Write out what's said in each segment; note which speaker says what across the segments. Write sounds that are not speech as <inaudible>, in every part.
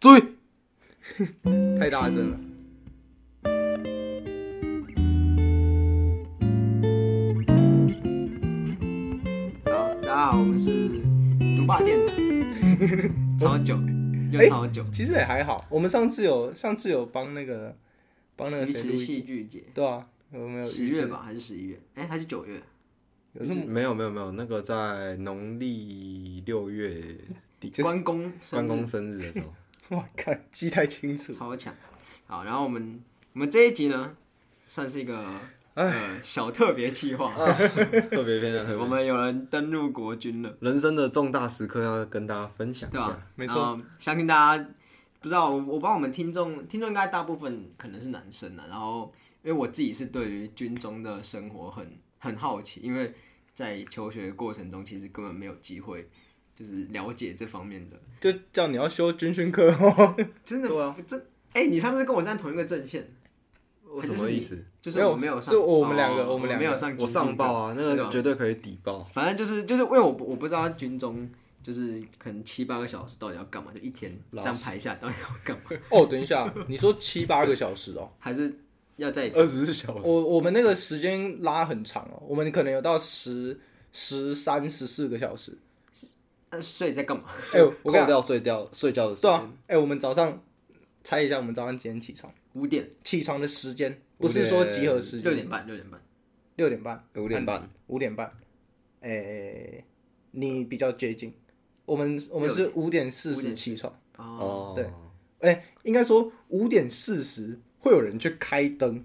Speaker 1: 注意，
Speaker 2: 太大声了。
Speaker 3: 好，大家好，我们是独霸电台，
Speaker 1: <laughs>
Speaker 3: 超久
Speaker 1: 哎
Speaker 3: 又超久，
Speaker 2: 其实也还好，我们上次有上次有帮那个帮那
Speaker 1: 哎
Speaker 2: 个
Speaker 3: 鱼
Speaker 2: 谁
Speaker 3: 池
Speaker 2: 录一
Speaker 3: 戏
Speaker 2: 集，
Speaker 3: 剧节，
Speaker 2: 对啊，有没有
Speaker 3: 十
Speaker 2: 鱼
Speaker 3: 月
Speaker 2: 池？
Speaker 3: 吧，还是十一月？哎，还是九月？
Speaker 2: 有那么
Speaker 1: 没有没有没有，那个在农历六月
Speaker 3: 关公生
Speaker 1: 关
Speaker 3: 日
Speaker 1: 公生日
Speaker 2: <laughs>
Speaker 1: 的时
Speaker 2: <laughs>
Speaker 1: 候，
Speaker 2: 哇靠，记太清楚。
Speaker 3: 超强。好，然后我们我们这一集呢，算是一个呃小特别计划，
Speaker 1: 特别篇的哎特别
Speaker 3: 我们有人登陆国军了，
Speaker 1: 人生的重大时刻要跟大家分享一
Speaker 3: 对啊
Speaker 1: 下。
Speaker 3: 吧？ <laughs>
Speaker 2: 没错
Speaker 3: 错，嗯相信大家不知道，我我帮我们听众，听众应该大部分可能是男生啊，然后因为我自己是对于军中的生活很很好奇，因为在求学过程中其实根本没有机会。就是了解这方面的，
Speaker 2: 就叫你要修军训课 <laughs> 哦，
Speaker 3: <laughs> 真的，真哎、你上次跟我站同一个阵线，
Speaker 1: 我什么意思？
Speaker 3: 就是
Speaker 2: 没有
Speaker 3: 我没有上，
Speaker 2: 是我们两个
Speaker 3: 哦
Speaker 2: 我
Speaker 3: 我
Speaker 2: 们两个
Speaker 3: 没有上，
Speaker 1: 我上报啊，那
Speaker 3: 对
Speaker 1: 个
Speaker 3: 吧
Speaker 1: 绝对可以抵爆。
Speaker 3: 反正就是就是因为我不我不知道军中就是可能七八个小时到底要干嘛，就一天这
Speaker 1: 老
Speaker 3: 样排下来到底要干嘛，
Speaker 2: 哦，等一下，你说七八个
Speaker 3: <laughs>
Speaker 2: 小时哦，
Speaker 3: 还是要在一起
Speaker 1: 二十四小时，
Speaker 2: 我我们那个时间拉很长哦，我们可能有到十十三、十四个
Speaker 3: <laughs>
Speaker 2: 小时。
Speaker 3: 呃所以在干嘛？
Speaker 2: 哎、我
Speaker 1: 扣
Speaker 2: 跟你讲，
Speaker 1: 掉睡觉睡觉的时
Speaker 2: 对
Speaker 1: 间，
Speaker 2: 啊，哎、我们早上猜一下，我们早上几点起床？
Speaker 3: 五点
Speaker 2: 起床的时间
Speaker 1: 五
Speaker 2: 不
Speaker 1: 点
Speaker 2: 是说集合时
Speaker 3: 六
Speaker 2: 间，
Speaker 3: 点半六点半，
Speaker 2: 六点半、
Speaker 1: 五点半，
Speaker 2: 五点半。哎、你比较接近，我们我们是五点四十起床。
Speaker 1: 哦，
Speaker 2: 对，哎、应该说五点四十会有人去开灯，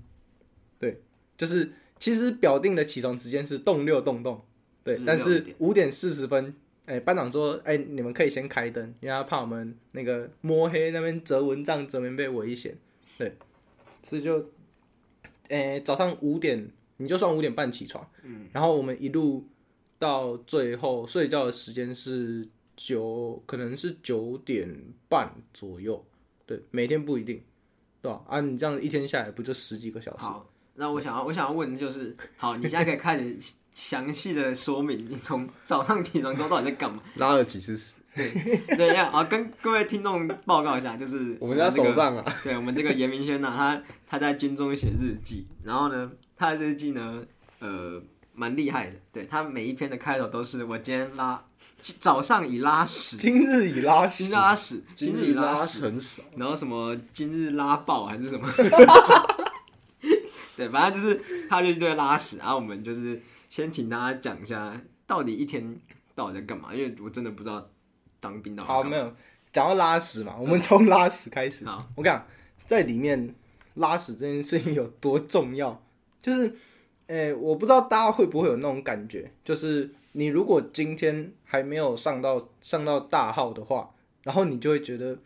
Speaker 2: 对，就是其实表定的起床时间是动六动动，对
Speaker 3: 就，是
Speaker 2: 但
Speaker 3: 6
Speaker 2: 是五点四十分，哎、班长说，哎、你们可以先开灯，因为他怕我们那个摸黑那边折蚊帐、折棉被危险，对，所以就，哎、早上五点你就算五点半起床，嗯，然后我们一路到最后睡觉的时间是九，可能是九点半左右，对，每天不一定，对吧、啊？你这样一天下来不就十几个小时？
Speaker 3: 好，那我想要我想要问的就是，好，你现在可以开始详细的说明你从早上起床之后到底在干嘛？ <laughs>
Speaker 1: 拉了几次屎，
Speaker 3: 对，要啊，跟各位听众报告一下，就是
Speaker 1: 我们家
Speaker 3: 这个
Speaker 1: 手上啊，
Speaker 3: 对我们这个严明轩呢、他他在军中写日记，然后呢，他的日记呢，呃，蛮厉害的。对他每一篇的开头都是我今天拉，早上已拉屎，
Speaker 2: 今日已拉
Speaker 3: 今
Speaker 2: 屎
Speaker 3: 日，拉屎，今日已
Speaker 1: 拉
Speaker 3: 拉屎，
Speaker 1: 成少，
Speaker 3: 然后什么今日拉爆还是什么， <laughs> 对，反正就是他就是对拉屎，然啊后我们就是先请大家讲一下到底一天到底在干嘛，因为我真的不知道当兵到底
Speaker 2: 好，
Speaker 3: 干
Speaker 2: 没
Speaker 3: 嘛
Speaker 2: 有讲到拉屎嘛，我们从拉屎开始。
Speaker 3: 好
Speaker 2: 我跟你讲，在里面拉屎这件事情有多重要，就是，诶、我不知道大家会不会有那种感觉，就是你如果今天还没有上到上到大号的话，然后你就会觉得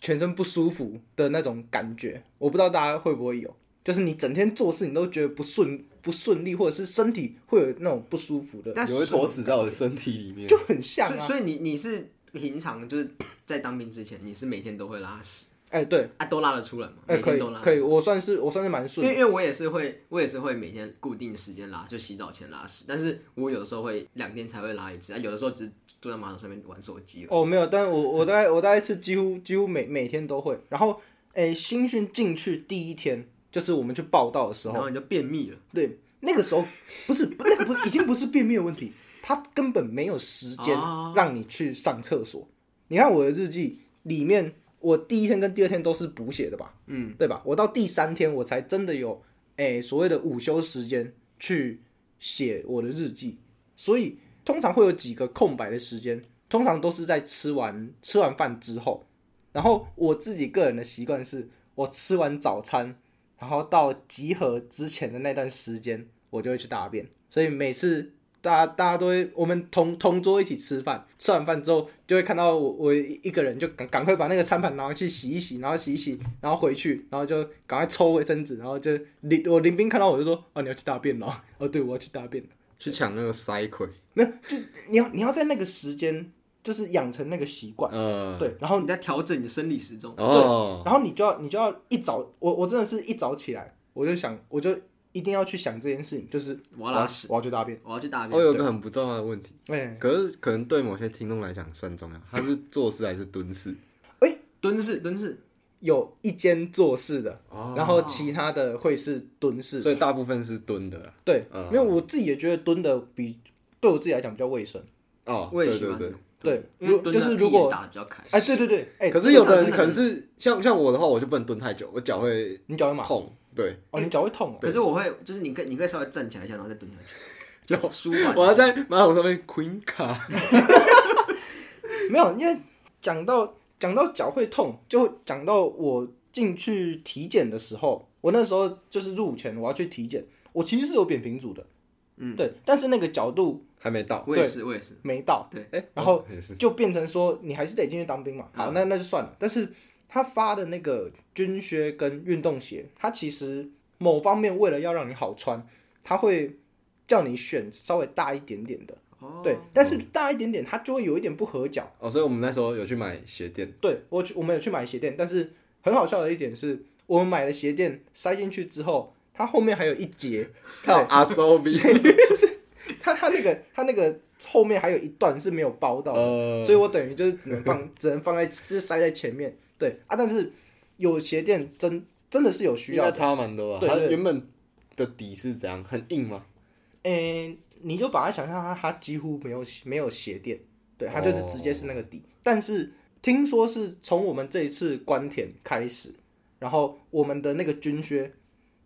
Speaker 2: 全身不舒服的那种感觉，我不知道大家会不会有，就是你整天做事你都觉得不顺不顺利，或者是身体会有那种不舒服的，
Speaker 3: 但
Speaker 1: 有一坨屎在我的身体里面
Speaker 2: 就，很像
Speaker 3: 所以
Speaker 2: 啊，
Speaker 3: 所以你你是平常就是在当兵之前，你是每天都会拉屎
Speaker 2: 哎、对。
Speaker 3: 啊，都拉得出来吗？
Speaker 2: 哎、
Speaker 3: 每
Speaker 2: 可
Speaker 3: 天
Speaker 2: 以
Speaker 3: 都拉，
Speaker 2: 可以，，我算是我算是蛮
Speaker 3: 因
Speaker 2: 顺的
Speaker 3: 为因为我也是会，我也是会每天固定时间拉，就洗澡前拉屎，但是我有的时候会两天才会拉一次，啊，有的时候只坐在马桶上面玩手机。
Speaker 2: 哦，没有，但我我大概我大概是几乎几乎每每天都会。然后，诶，新训进去第一天，就是我们去报道的时
Speaker 3: 然
Speaker 2: 候，
Speaker 3: 后你就便秘了，
Speaker 2: 对，那个时候不是不那个不已经不是便秘的问题，他根本没有时间
Speaker 3: 哦
Speaker 2: 让你去上厕所。你看我的日记里面，我第一天跟第二天都是补写的吧，嗯，对吧？我到第三天我才真的有诶所谓的午休时间去写我的日记，所以通常会有几个空白的时间，通常都是在吃完吃完饭之后。然后我自己个人的习惯是，我吃完早餐，然后到集合之前的那段时间，我就会去大便。所以每次大家大家都会，我们同同桌一起吃饭，吃完饭之后就会看到我我一一个人就赶赶快把那个餐盘拿回去洗一洗，然后洗一洗，然后回去，然后就赶快抽卫生纸，然后就林我林斌看到我就说啊你要去大便了，哦对我要去大便了，
Speaker 1: 去抢那个塞葵，
Speaker 2: 没有就你要你要在那个时间就是养成那个习惯，
Speaker 1: 呃，
Speaker 2: 对，然
Speaker 3: 然
Speaker 2: 后
Speaker 3: 后哦你在调整你生理时钟，
Speaker 1: 哦，
Speaker 2: 然后你就要你就要一早，我我真的是一早起来，我就想我就一定要去想这件事情，就是
Speaker 3: 我要拉屎，
Speaker 2: 我要去大便。
Speaker 3: 我要去大便
Speaker 1: 哦
Speaker 2: 哦
Speaker 1: 我。有一个很不重要的问题，
Speaker 2: 哎
Speaker 1: 可是可能对某些听众来讲算重要，他是坐式还是蹲式？
Speaker 2: 哎，
Speaker 3: 蹲式蹲式，
Speaker 2: 有一间做事的，
Speaker 1: 哦
Speaker 2: 然后其他的会是蹲式。
Speaker 1: 所以大部分是蹲的啦
Speaker 2: 对，
Speaker 1: 嗯
Speaker 2: 没有，我自己也觉得蹲的比对我自己来讲比较卫生。
Speaker 1: 哦，
Speaker 3: 我也
Speaker 1: 对
Speaker 3: 喜
Speaker 1: 对
Speaker 3: 欢
Speaker 1: 对。
Speaker 2: 对，
Speaker 3: 因为
Speaker 2: 如
Speaker 3: 蹲
Speaker 2: 就
Speaker 3: 的
Speaker 2: 是
Speaker 3: 屁
Speaker 2: 如果
Speaker 3: 眼打的比较开，
Speaker 2: 哎，对对对，哎，
Speaker 1: 可是有的
Speaker 2: 这
Speaker 1: 人
Speaker 2: 个
Speaker 1: 可能是像像我的话，我就不能蹲太久，我脚会
Speaker 2: 你脚会麻
Speaker 1: 痛。对，
Speaker 2: 哦，你脚会痛哦。
Speaker 3: 可是我会就是你可以你可以稍微站起来一下，然后再蹲下
Speaker 2: <laughs>
Speaker 3: 去，就舒缓。
Speaker 1: 我要在马桶上面 Queen
Speaker 2: <laughs>
Speaker 1: 卡。
Speaker 2: 没有，因为讲到讲到脚会痛，就讲到我进去体检的时候，我那时候就是入伍前我要去体检，我其实是有扁平足的，嗯，对，但是那个角度
Speaker 1: 还没到。
Speaker 3: 我也是我也是，
Speaker 2: 没到，
Speaker 1: 哎，
Speaker 2: 然后
Speaker 1: 哦也是
Speaker 2: 就变成说你还是得进去当兵嘛。好，那那就算了。但是他发的那个军靴跟运动鞋，他其实某方面为了要让你好穿，他会叫你选稍微大一点点的，
Speaker 3: 哦，
Speaker 2: 对，但是大一点点它就会有一点不合脚。
Speaker 1: 哦，所以我们那时候有去买鞋垫，
Speaker 2: 对我去，我们有去买鞋垫，但是很好笑的一点是，我们买了鞋垫塞进去之后，它后面还有一节，
Speaker 1: 靠阿 s o b
Speaker 2: 它它那个它那个后面还有一段是没有包到的，
Speaker 1: <laughs> 呃，
Speaker 2: 所以我等于就是只能放， <laughs> 只能放在就是塞在前面。对啊，但是有鞋垫真真的是有 <laughs> 需
Speaker 1: 应
Speaker 2: 要
Speaker 1: 该
Speaker 2: 的，
Speaker 1: 差蛮多啊。
Speaker 2: 对
Speaker 1: 它
Speaker 2: 对
Speaker 1: 原本的底是怎样？很硬吗？
Speaker 2: 诶、你就把它想象它它几乎没有没有鞋垫，对，它就是直接是那个
Speaker 1: 哦
Speaker 2: 底。但是听说是从我们这一次关田开始，然后我们的那个军靴，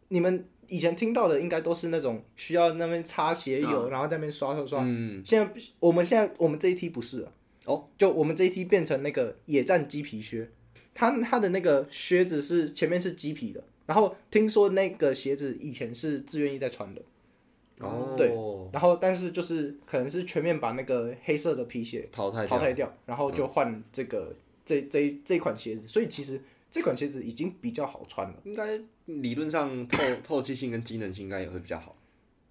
Speaker 2: 你们以前听到的应该都是那种需要那边擦鞋油，然后在那边刷刷刷。
Speaker 1: 啊嗯，
Speaker 2: 现在我们现在我们这一批不是了，
Speaker 1: 哦，
Speaker 2: 就我们这一批变成那个野战鸡皮靴，它它的那个靴子是前面是鸡皮的，然后听说那个鞋子以前是自愿意在穿的。
Speaker 1: 哦，
Speaker 2: 对，然后但是就是可能是全面把那个黑色的皮鞋
Speaker 1: 淘汰
Speaker 2: 淘
Speaker 1: 掉。嗯
Speaker 2: 汰掉，然后就换这个、这这这款鞋子，所以其实这款鞋子已经比较好穿了。
Speaker 1: 应该理论上透透气性跟机能性应该也会比较好。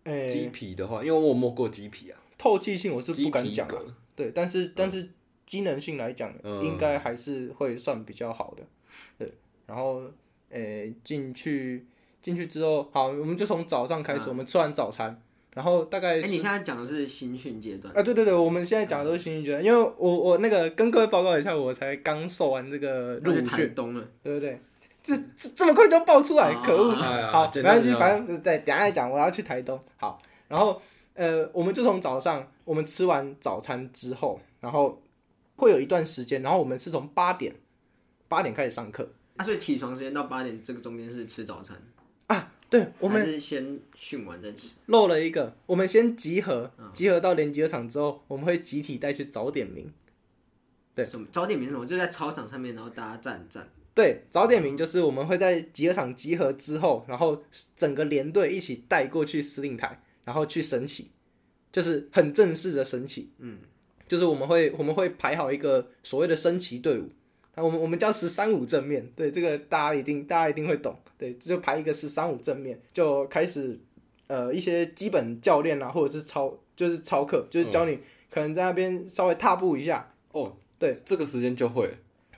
Speaker 2: 诶、
Speaker 1: 鸡皮的话，因为我有摸过鸡皮啊，
Speaker 2: 透气性我是不敢
Speaker 1: 鸡皮
Speaker 2: 讲啊，
Speaker 1: 革
Speaker 2: 对，但是但是机能性来讲，
Speaker 1: 嗯
Speaker 2: 应该还是会算比较好的。对，然后诶进、去进去之后，好，我们就从早上
Speaker 1: 啊
Speaker 2: 开始，我们吃完早餐，然后大概
Speaker 3: 哎，你现在讲的是新训阶段，
Speaker 2: 啊，对对对，我们现在讲的都是新训阶段，因为我我那个跟各位报告一下，我才刚受完这个呃入
Speaker 3: 那
Speaker 2: 伍
Speaker 3: 就台
Speaker 2: 训，
Speaker 3: 东了，
Speaker 2: 对不对？这这这么快就爆出来，
Speaker 3: 啊
Speaker 2: 可恶！
Speaker 1: 哎呀
Speaker 2: 好，没
Speaker 1: 简单
Speaker 2: 关系，
Speaker 1: 就好
Speaker 2: 反正对，等一下再讲，我要去台东。好，然后呃，我们就从早上我们吃完早餐之后，然后会有一段时间，然后我们是从八点八点开始上课
Speaker 3: 啊，所以起床时间到八点，这个中间是吃早餐，
Speaker 2: 啊。对，我们
Speaker 3: 还是先训完再吃，
Speaker 2: 漏了一个，我们先集合，集合到联结场之后，我们会集体带去早点名。对
Speaker 3: 什么早点名什么，就在操场上面，然后大家站站，
Speaker 2: 对，早点名就是我们会在集合场集合之后，然后整个连队一起带过去司令台，然后去升旗，就是很正式的升旗。嗯，就是我们会我们会排好一个所谓的升旗队伍，啊，我们我们叫“十三五”正面，对这个大家一定大家一定会懂，对，就排一个“十三五”正面，就开始呃一些基本教练啊，或者是操就是操课，就是教你、可能在那边稍微踏步一下，
Speaker 1: 哦，
Speaker 2: 对，
Speaker 1: 这个时间就会，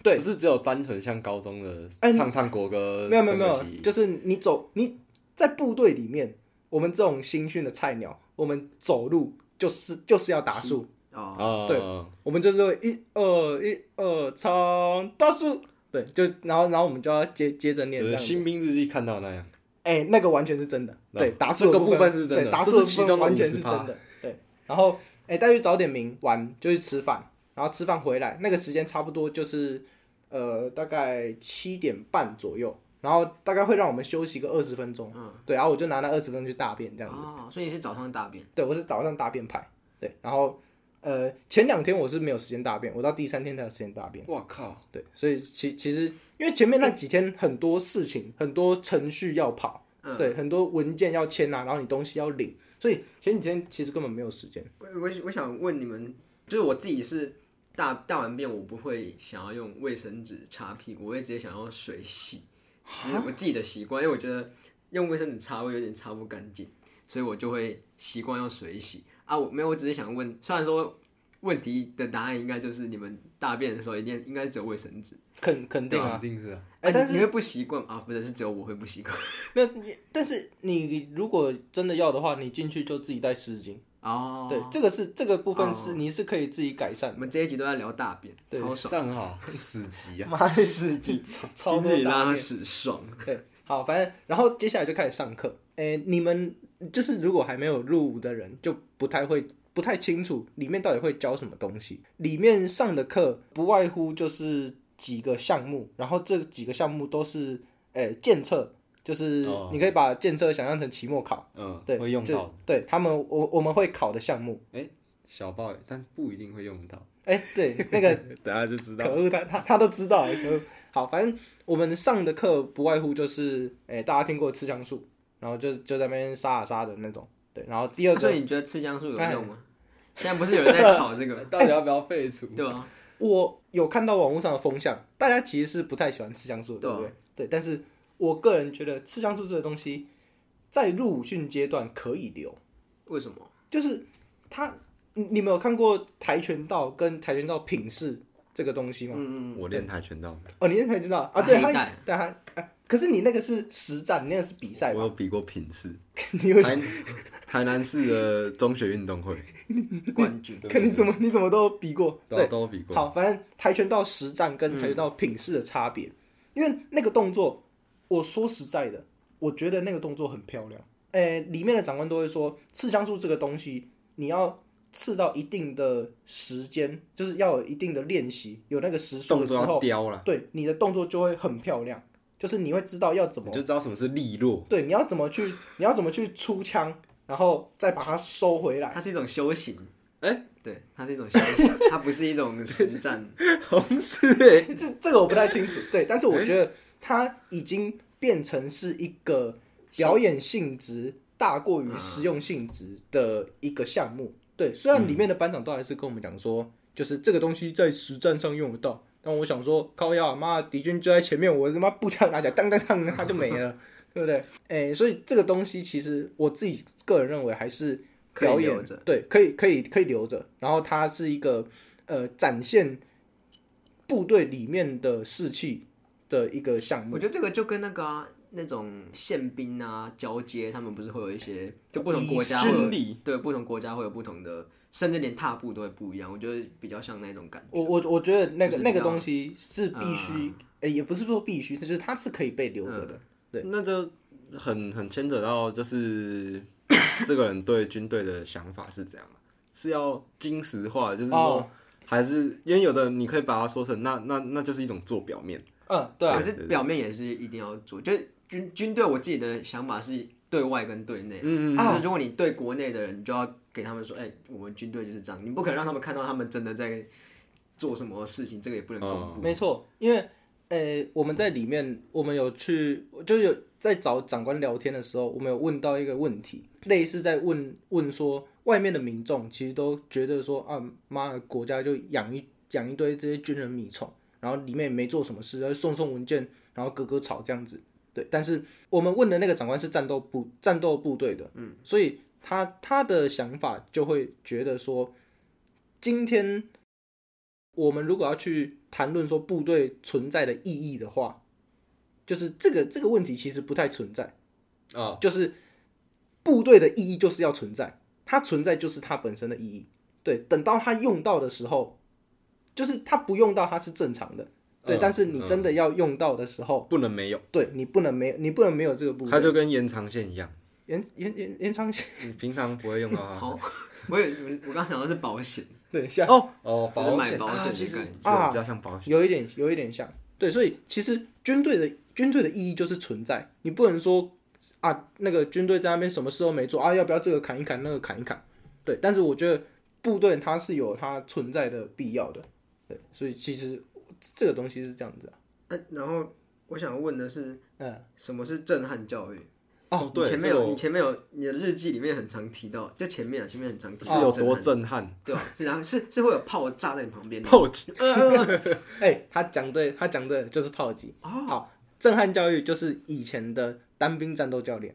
Speaker 2: 对
Speaker 1: 不是只有单纯像高中的
Speaker 2: 哎
Speaker 1: 唱唱国歌，
Speaker 2: 没有没有没有
Speaker 1: 升呃个旗，
Speaker 2: 就是你走你在部队里面，我们这种新训的菜鸟，我们走路就是就是要打数，
Speaker 3: 哦，
Speaker 1: 啊，
Speaker 2: 对我们就是会一二一二唱大数，对，就然后然后我们就要接接着念
Speaker 1: 就
Speaker 2: 这
Speaker 1: 是
Speaker 2: 样子。
Speaker 1: 新兵日记看到那样，
Speaker 2: 哎、那个完全是真的，
Speaker 1: 啊那
Speaker 2: 对，打数的
Speaker 1: 这个
Speaker 2: 部
Speaker 1: 部分是真的
Speaker 2: 对，打
Speaker 1: 这
Speaker 2: 数
Speaker 1: 是其中的
Speaker 2: 完全是真
Speaker 1: 50%
Speaker 2: 的，对。然后哎，带、去早点名玩，就去吃饭，然后吃饭回来，那个时间差不多就是呃大概七点半左右，然后大概会让我们休息个二十分钟。
Speaker 3: 嗯，
Speaker 2: 对，然后我就拿那二十分钟去大便这样子。
Speaker 3: 哦，所以你是早上大便，
Speaker 2: 对，我是早上大便派。对，然后呃，前两天我是没有时间大便，我到第三天才有时间大便。
Speaker 1: 我靠，
Speaker 2: 对，所以其其实因为前面那几天很多事情，很多程序要跑，
Speaker 3: 嗯
Speaker 2: 对，很多文件要签啊，然后你东西要领，所以前几天其实根本没有时间。
Speaker 3: 我我我想问你们，就是我自己是大大完便，我不会想要用卫生纸擦屁股，我会直接想要用水洗，就是我自己的习惯，因为我觉得用卫生纸擦会有点擦不干净，所以我就会习惯用水洗啊。我没有，我只是想问，虽然说问题的答案应该就是你们大便的时候一定应该只有卫生纸，
Speaker 2: 肯肯定啊，
Speaker 1: 肯定是啊，
Speaker 2: 哎
Speaker 3: 啊
Speaker 2: 但
Speaker 3: 你你会不习惯啊？不是，是只有我会不习惯。
Speaker 2: 那你但是你如果真的要的话，你进去就自己带湿纸巾，
Speaker 3: 哦，
Speaker 2: 对，这个是这个部分是你是可以自己改善
Speaker 3: 我们这一集都在聊大便，
Speaker 2: 对
Speaker 3: 超
Speaker 1: 这样很好，死
Speaker 3: <laughs>
Speaker 1: 级
Speaker 2: 的。
Speaker 1: 啊！
Speaker 2: 妈的，是超
Speaker 3: 经
Speaker 2: 多
Speaker 3: 理
Speaker 2: 打
Speaker 3: 拉
Speaker 2: 脸
Speaker 3: 屎爽，
Speaker 2: 对，好，反正然后接下来就开始上课。诶，你们就是如果还没有入伍的人，就不太会、不太清楚里面到底会教什么东西。里面上的课不外乎就是几个项目，然后这几个项目都是诶检测，就是
Speaker 1: 哦
Speaker 2: 你可以把检测想象成期末考，
Speaker 1: 嗯，
Speaker 2: 对，
Speaker 1: 会用
Speaker 2: 就
Speaker 1: 到，
Speaker 2: 对他们我我们会考的项目。
Speaker 1: 小爆雷，但不一定会用到，
Speaker 2: 哎，对，那
Speaker 1: <laughs>
Speaker 2: 个
Speaker 1: 等下就知道
Speaker 2: 可。恶，他他他都知道，可恶。好，反正我们上的课不外乎就是，诶、大家听过吃香树，然后就就在那边杀啊杀的那种，对。然后第二
Speaker 3: 啊
Speaker 2: 个，
Speaker 3: 所
Speaker 2: 哎
Speaker 3: 以你觉得吃香素有用吗？现在不是有人在吵这
Speaker 2: <laughs>
Speaker 3: 个，
Speaker 1: 到底要不要废除？
Speaker 3: 对啊吧？
Speaker 2: 我有看到网络上的风向，大家其实是不太喜欢吃香树的，
Speaker 3: 对
Speaker 2: 对
Speaker 3: 啊
Speaker 2: 不对？对，但是我个人觉得吃香树这个东西，在入伍训阶段可以留，
Speaker 3: 为什么？
Speaker 2: 就是他，你你们有看过跆拳道跟跆拳道品势这个东西吗？
Speaker 3: 嗯嗯，
Speaker 1: 我练跆拳道，
Speaker 2: 哦，你那才知道
Speaker 3: 他
Speaker 2: 啊？对，
Speaker 3: 一
Speaker 2: 他
Speaker 3: 代
Speaker 2: 对他、啊，可是你那个是实战，你那个是比赛
Speaker 1: 我
Speaker 2: 吧？
Speaker 1: 有比过品次，
Speaker 2: <laughs> 你有
Speaker 1: 台台南市的中学运动会，
Speaker 3: 冠军。
Speaker 2: 可 <laughs> 你怎么你怎么都比过？
Speaker 1: 都都比过。嗯
Speaker 2: 好，反正跆拳道实战跟跆拳道品势的差别，因为那个动作，我说实在的，我觉得那个动作很漂亮。诶、里面的长官都会说，刺香术这个东西，你要刺到一定的时间，就是要有一定的练习，有那个时速
Speaker 1: 动
Speaker 2: 了之
Speaker 1: 作要
Speaker 2: 后，
Speaker 1: 刁了，
Speaker 2: 对你的动作就会很漂亮，就是你会知道要怎
Speaker 1: 你
Speaker 2: 么
Speaker 1: 就知道什么是利落。
Speaker 2: 对，你要怎么去，你要怎么去出枪，然后再把它收回来。
Speaker 3: 它是一种修行。
Speaker 1: 哎
Speaker 3: 对，它是一种修行， <laughs> 它不是一种实
Speaker 2: <laughs>
Speaker 3: 战。
Speaker 1: 红是
Speaker 2: 这这个我不太清楚，对，但是我觉得它已经变成是一个表演性质大过于实用性质的一个项目。对，虽然里面的班长都还是跟我们讲说，就是这个东西在实战上用得到，但我想说，靠呀，妈，敌军就在前面，我他妈步枪拿起来，当当当，他就没
Speaker 3: <laughs>
Speaker 2: 了，对不对？哎、所以这个东西其实我自己个人认为还是
Speaker 3: 可以
Speaker 2: 表演
Speaker 3: 留着，
Speaker 2: 对，可以可以可以留着，然后它是一个呃展现部队里面的士气的一个项目。
Speaker 3: 我觉得这个就跟那个啊，那种宪兵啊交接，他们不是会有一些，就不同国家
Speaker 2: 哦
Speaker 3: 会
Speaker 1: 以
Speaker 3: 有
Speaker 1: 军礼
Speaker 3: 对不同国家会有不同的，甚至连踏步都会不一样。我觉得比较像那种感觉。
Speaker 2: 我我我觉得那个
Speaker 3: 就是比较
Speaker 2: 那个东西是必须，呃也不是说必须，就是它是可以被留着的。
Speaker 1: 对，那就很很牵扯到就是 <coughs> 这个人对军队的想法是怎样嘛是要金石化，就是说
Speaker 2: 哦
Speaker 1: 还是因为有的你可以把它说成那那那就是一种做表面，
Speaker 2: 嗯，对啊
Speaker 3: 可，是表面也是一定要做，就是军军队，我自己的想法是对外跟对内，嗯嗯，就是如果你对国内的人，你就要给他们说，哎、我们军队就是这样，你不可能让他们看到他们真的在做什么事情，这个也不
Speaker 1: 哦
Speaker 3: 能公布。 <laughs>
Speaker 2: 没错，因为呃我们在里面，我们有去就是有在找长官聊天的时候，我们有问到一个问题，类似在问问说，外面的民众其实都觉得说啊妈的，国家就养一养一堆这些军人米虫，然后里面也没做什么事，然后送送文件，然后割割草这样子。对，但是我们问的那个长官是战斗部战斗部队的，嗯，所以他他的想法就会觉得说，今天我们如果要去谈论说部队存在的意义的话，就是这个这个问题其实不太存在，
Speaker 1: 啊、
Speaker 2: 就是部队的意义就是要存在，它存在就是它本身的意义。对，等到它用到的时候，就是它不用到它是正常的，对。
Speaker 1: 嗯
Speaker 2: 但是你真的要用到的时候，
Speaker 1: 哦不能没有，
Speaker 2: 对你不能没你不能没有这个部
Speaker 1: 它
Speaker 2: 队。
Speaker 1: 就跟延长线一样，
Speaker 2: 延延延延长线，
Speaker 1: 你平常不会用到它。
Speaker 3: 好，我有我刚想到是保险，
Speaker 2: <laughs> 对，下
Speaker 1: 哦哦，
Speaker 3: 就是
Speaker 1: 保
Speaker 3: 买
Speaker 1: 险
Speaker 3: 保险
Speaker 1: 啊
Speaker 3: 的
Speaker 1: 其实
Speaker 3: 概
Speaker 1: 是
Speaker 3: 念
Speaker 1: 比较像保险，
Speaker 2: 有一点有一点像，对，所以其实军队的军队的意义就是存在，你不能说啊那个军队在那边什么事都没做啊，要不要这个砍一砍，那个砍一砍，对，但是我觉得部队它是有它存在的必要的，对，所以其实这个东西是这样子啊，
Speaker 3: 那、然后我想问的是，
Speaker 2: 嗯，
Speaker 3: 什么是震撼教育？
Speaker 1: 哦
Speaker 3: 你
Speaker 1: 对
Speaker 3: 前面
Speaker 1: 这个
Speaker 3: 有
Speaker 1: 我
Speaker 3: 你前面有你的日记里面很常提到，就前面啊，前面很常提
Speaker 1: 是
Speaker 3: 到
Speaker 1: 有
Speaker 3: 震
Speaker 1: 多
Speaker 3: 撼，
Speaker 1: 震撼？
Speaker 3: 对吧？是然后是是会有炮炸在你旁边的，
Speaker 1: 炮击
Speaker 2: 哎、他讲对，他讲对，就是炮击，好，震撼教育就是以前的单兵战斗教练，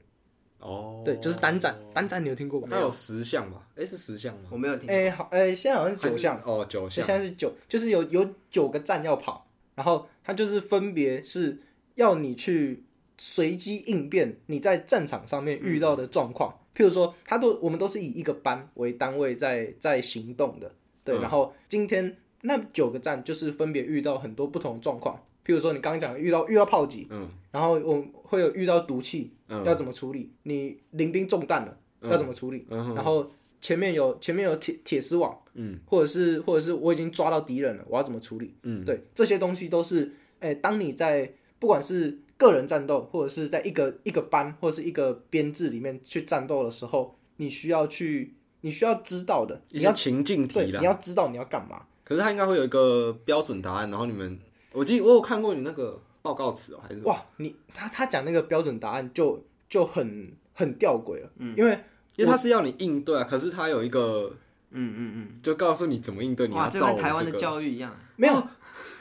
Speaker 1: 哦，
Speaker 2: 对，就是单战，单战你有听过吧？
Speaker 1: 它有十项吧？哎，是十项吗？
Speaker 3: 我没有听，
Speaker 2: 哎、好，哎、现在好像是九项。
Speaker 1: 还是哦，九
Speaker 2: 所
Speaker 1: 项
Speaker 2: 以现在是九，就是有有九个站要跑，然后它就是分别是要你去随机应变你在战场上面遇到的状况，譬如说，他都我们都是以一个班为单位在在行动的，对。然后今天那九个站就是分别遇到很多不同的状况，譬如说你刚刚讲的遇到遇到炮击，嗯，然后我们会有遇到毒气，嗯，要怎么处理？你临兵中弹了，要怎么处理？然后前面有前面有铁铁丝网，嗯，或者是或者是我已经抓到敌人了，我要怎么处理？嗯，对，这些东西都是，哎、当你在不管是个人战斗，或者是在一个一个班或者是一个编制里面去战斗的时候，你需要去，你需要知道的，
Speaker 1: 一
Speaker 2: 你
Speaker 1: 些
Speaker 2: 要
Speaker 1: 情境
Speaker 2: 对，
Speaker 1: 题啦
Speaker 2: 你。要知道你要干嘛。
Speaker 1: 可是它应该会有一个标准答案，然后你们，我记得我有看过你那个报告词哦、还是什么
Speaker 2: 哇，你他他讲那个标准答案就就很很吊诡了，因为
Speaker 1: 因为它是要你应对啊，可是它有一个
Speaker 3: 嗯嗯
Speaker 1: 就告诉你怎么应对，
Speaker 3: 嗯，
Speaker 1: 你
Speaker 3: 哇，
Speaker 1: 要
Speaker 3: 这
Speaker 1: 照
Speaker 3: 跟
Speaker 1: 我
Speaker 3: 台湾的
Speaker 1: 这个
Speaker 3: 教育一样，
Speaker 2: 没有。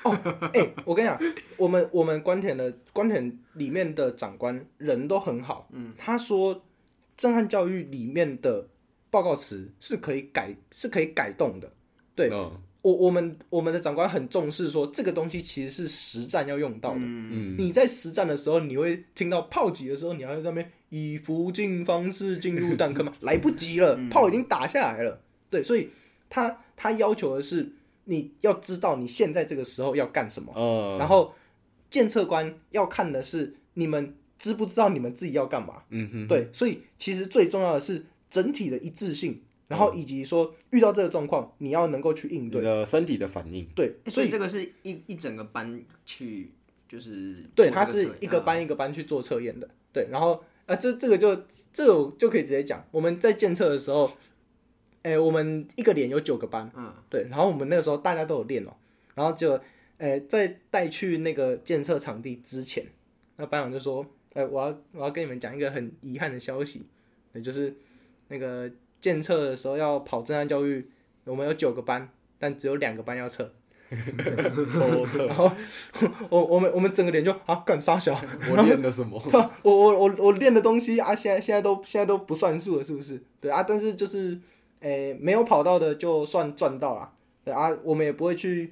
Speaker 2: 哦，哎、我跟你讲，我们我们关田的关田里面的长官人都很好，嗯，他说震撼教育里面的报告词是可以改是可以改动的，对
Speaker 1: 嗯
Speaker 2: 我我们我们的长官很重视说这个东西其实是实战要用到的。
Speaker 1: 嗯，
Speaker 2: 你在实战的时候，你会听到炮击的时候，你还在那边以福晋方式进入弹
Speaker 1: <laughs>
Speaker 2: 坑吗？来不及了，
Speaker 1: 嗯
Speaker 2: 炮已经打下来了。对，所以他他要求的是你要知道你现在这个时候要干什么，
Speaker 1: 呃，
Speaker 2: 然后检测官要看的是你们知不知道你们自己要干嘛。
Speaker 1: 嗯哼，
Speaker 2: 对，所以其实最重要的是整体的一致性，然
Speaker 1: 嗯
Speaker 2: 后以及说遇到这个状况，你要能够去应
Speaker 1: 你
Speaker 2: 对。
Speaker 1: 的身体的反应，
Speaker 2: 对，
Speaker 3: 欸
Speaker 2: 所
Speaker 3: 所
Speaker 2: 以
Speaker 3: 以这个是一一整个班去就是
Speaker 2: 对，
Speaker 3: 做
Speaker 2: 它
Speaker 3: 这
Speaker 2: 是
Speaker 3: 测
Speaker 2: 一个
Speaker 3: 验啊
Speaker 2: 班一个班去做测验的。对，然后啊，这这个就这个我就可以直接讲，我们在建测的时候，哎、我们一个连有九个班，
Speaker 3: 嗯，
Speaker 2: 对，然后我们那个时候大家都有练哦、然后就，哎、在带去那个建测场地之前，那班长就说，哎、我要我要跟你们讲一个很遗憾的消息，也就是那个建测的时候要跑震撼教育，我们有九个班，但只有两个班要测，
Speaker 1: 抽测，
Speaker 2: 然后我我们我们整个连就啊干啥小。
Speaker 1: 我练了什么？
Speaker 2: 对啊，我我我我练的东西啊，现在现在都现在都不算数了，是不是？对啊，但是就是，诶、没有跑到的就算赚到了，对啊，我们也不会去，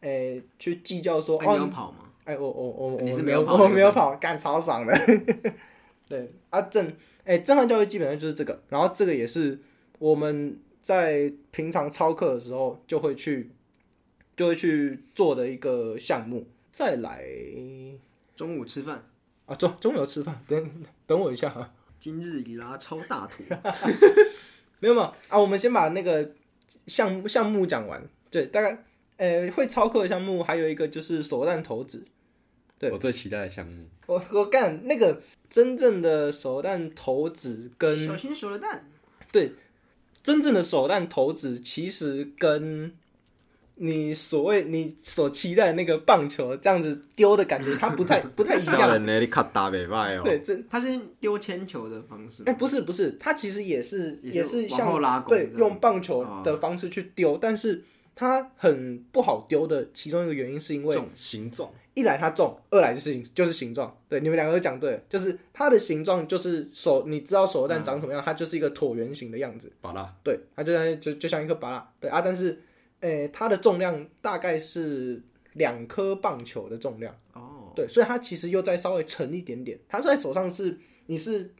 Speaker 2: 诶、去计较说，
Speaker 3: 啊你
Speaker 2: 哦，
Speaker 3: 有跑吗？
Speaker 2: 哎、我我我我
Speaker 3: 你是
Speaker 2: 没
Speaker 3: 没有跑
Speaker 2: 我
Speaker 3: 那个
Speaker 2: 没有跑，干超爽的。 <laughs> 对啊，正哎、震撼教育基本上就是这个，然后这个也是我们在平常操课的时候就会去就会去做的一个项目。再来
Speaker 3: 中午吃饭，
Speaker 2: 啊，中中午有吃饭，等等我一下啊。
Speaker 3: 今日已拉超大腿，
Speaker 2: 没有没有啊，我们先把那个项目项目讲完。对，大概呃会操课的项目还有一个就是手弹投掷。对
Speaker 1: 我最期待的项目，
Speaker 2: 我我干那个真正的手弹投掷跟
Speaker 3: 小心手榴弹，
Speaker 2: 真正的手弹投掷其实跟你所谓你所期待的那个棒球这样子丢的感觉，它不太不太一
Speaker 1: 吓
Speaker 2: 样。
Speaker 1: 人呢，你卡打北拜哦，
Speaker 2: 对，这
Speaker 3: 它是丢铅球的方式
Speaker 2: 哎、不是不是，它其实也是
Speaker 3: 也是
Speaker 2: 是
Speaker 3: 往
Speaker 2: 像
Speaker 3: 后拉弓
Speaker 2: 对
Speaker 3: 这样
Speaker 2: 用棒球的方式去丢，但是它很不好丢的其中一个原因是因为
Speaker 1: 重形状，
Speaker 2: 一来它重，二来就是形就是形状。对，你们两个都讲对了，就是它的形状就是手，你知道手榴弹长什么样，它就是一个椭圆形的样子。
Speaker 1: 巴拉，
Speaker 2: 对，它就像就就像一颗巴拉。对啊，但是，诶、它的重量大概是两颗棒球的重量。
Speaker 3: 哦，
Speaker 2: 对，所以它其实又再稍微沉一点点，它在手上是你是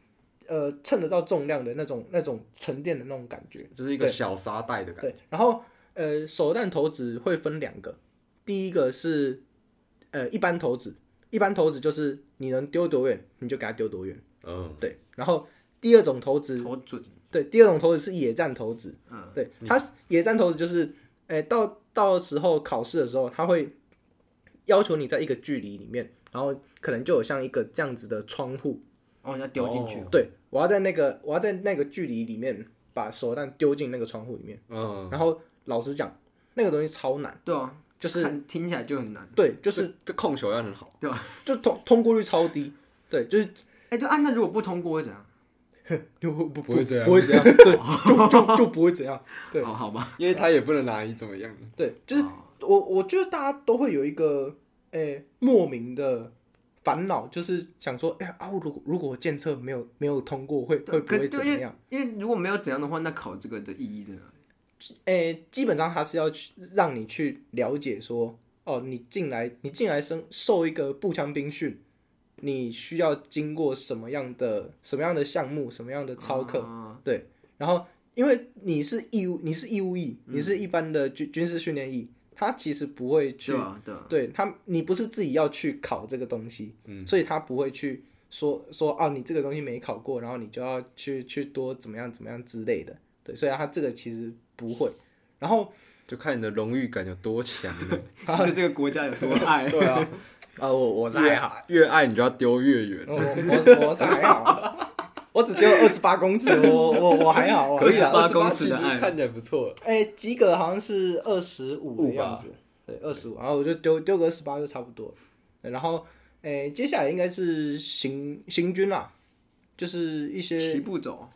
Speaker 2: 呃称得到重量的那种那种沉淀的那种感觉。
Speaker 1: 就是一个小沙袋的感觉，
Speaker 2: 对，然后呃，手弹投掷会分两个，第一个是呃一般投掷，一般投掷就是你能丢多远你就给它丢多远，
Speaker 1: 嗯，
Speaker 2: 对。然后第二种投掷，
Speaker 3: 投准，
Speaker 2: 对，第二种投掷是野战投掷，
Speaker 3: 嗯，
Speaker 2: 对，它是野战投掷就是，哎，到到时候考试的时候，他会要求你在一个距离里面，然后可能就有像一个这样子的窗户，
Speaker 3: 哦，要丢进去，
Speaker 2: 对我要在那个我要在那个距离里面把手榴弹丢进那个窗户里面，
Speaker 1: 嗯，
Speaker 2: 然后老实讲，那个东西超难。
Speaker 3: 对啊，
Speaker 2: 就是
Speaker 3: 看听起来就很难，
Speaker 2: 对，就
Speaker 1: 就是是这控球要很好，
Speaker 2: 就通通过率超低，对，就是
Speaker 3: 哎，对啊，那如果不通过会怎样？
Speaker 2: 就不不
Speaker 1: <laughs> 不会这样
Speaker 2: 不会怎
Speaker 1: <laughs>
Speaker 2: 样，对， <laughs> 就就就不会怎样，对
Speaker 3: 哦哦，好吧，
Speaker 1: 因为他也不能拿你怎么样，
Speaker 2: 对，就是
Speaker 3: 啊
Speaker 2: 我我觉得大家都会有一个诶、莫名的烦恼，就是想说，哎、啊，我如果如果我检测没有没有通过， <laughs> 会会
Speaker 3: 对
Speaker 2: 不
Speaker 3: 可
Speaker 2: 会
Speaker 3: 是
Speaker 2: 怎
Speaker 3: 对，
Speaker 2: 么
Speaker 3: 因
Speaker 2: 样
Speaker 3: 为？因为如果没有怎样的话，那考这个的意义在哪？
Speaker 2: 诶、基本上他是要去让你去了解说，哦，你进来你进来生受一个步枪兵训，你需要经过什么样的什么样的项目，什么样的操
Speaker 3: 啊
Speaker 2: 课，对，然后因为你是义务，你是义务役，你是一般的军军事训练役，他其实不会去
Speaker 3: 嗯对啊，
Speaker 2: <laughs>
Speaker 3: 对啊，
Speaker 2: 对他，你不是自己要去考这个东西，所以他不会去说说哦，你这个东西没考过，然后你就要去去多怎么样怎么样之类的，对，所以他这个其实不会。然后
Speaker 1: 就看你的荣誉感有多强啊了。
Speaker 3: 对这个国家有多爱。
Speaker 2: 啊对
Speaker 3: <laughs>
Speaker 2: 啊，啊我我是还好，
Speaker 1: 越爱你就要丢越远。
Speaker 2: 我我我是还好啊，我只丢二十八公尺，我我我还好啊
Speaker 3: 可。以啊
Speaker 1: 八
Speaker 3: 28公尺的
Speaker 1: 其实
Speaker 3: 爱
Speaker 1: 看起来不错了。
Speaker 2: 哎，及格好像是二十五的样子，对，二十五，然后我就丢丢个二十八就差不多了。对然后，哎，接下来应该是行行军啦，就是一些
Speaker 3: 齐步走，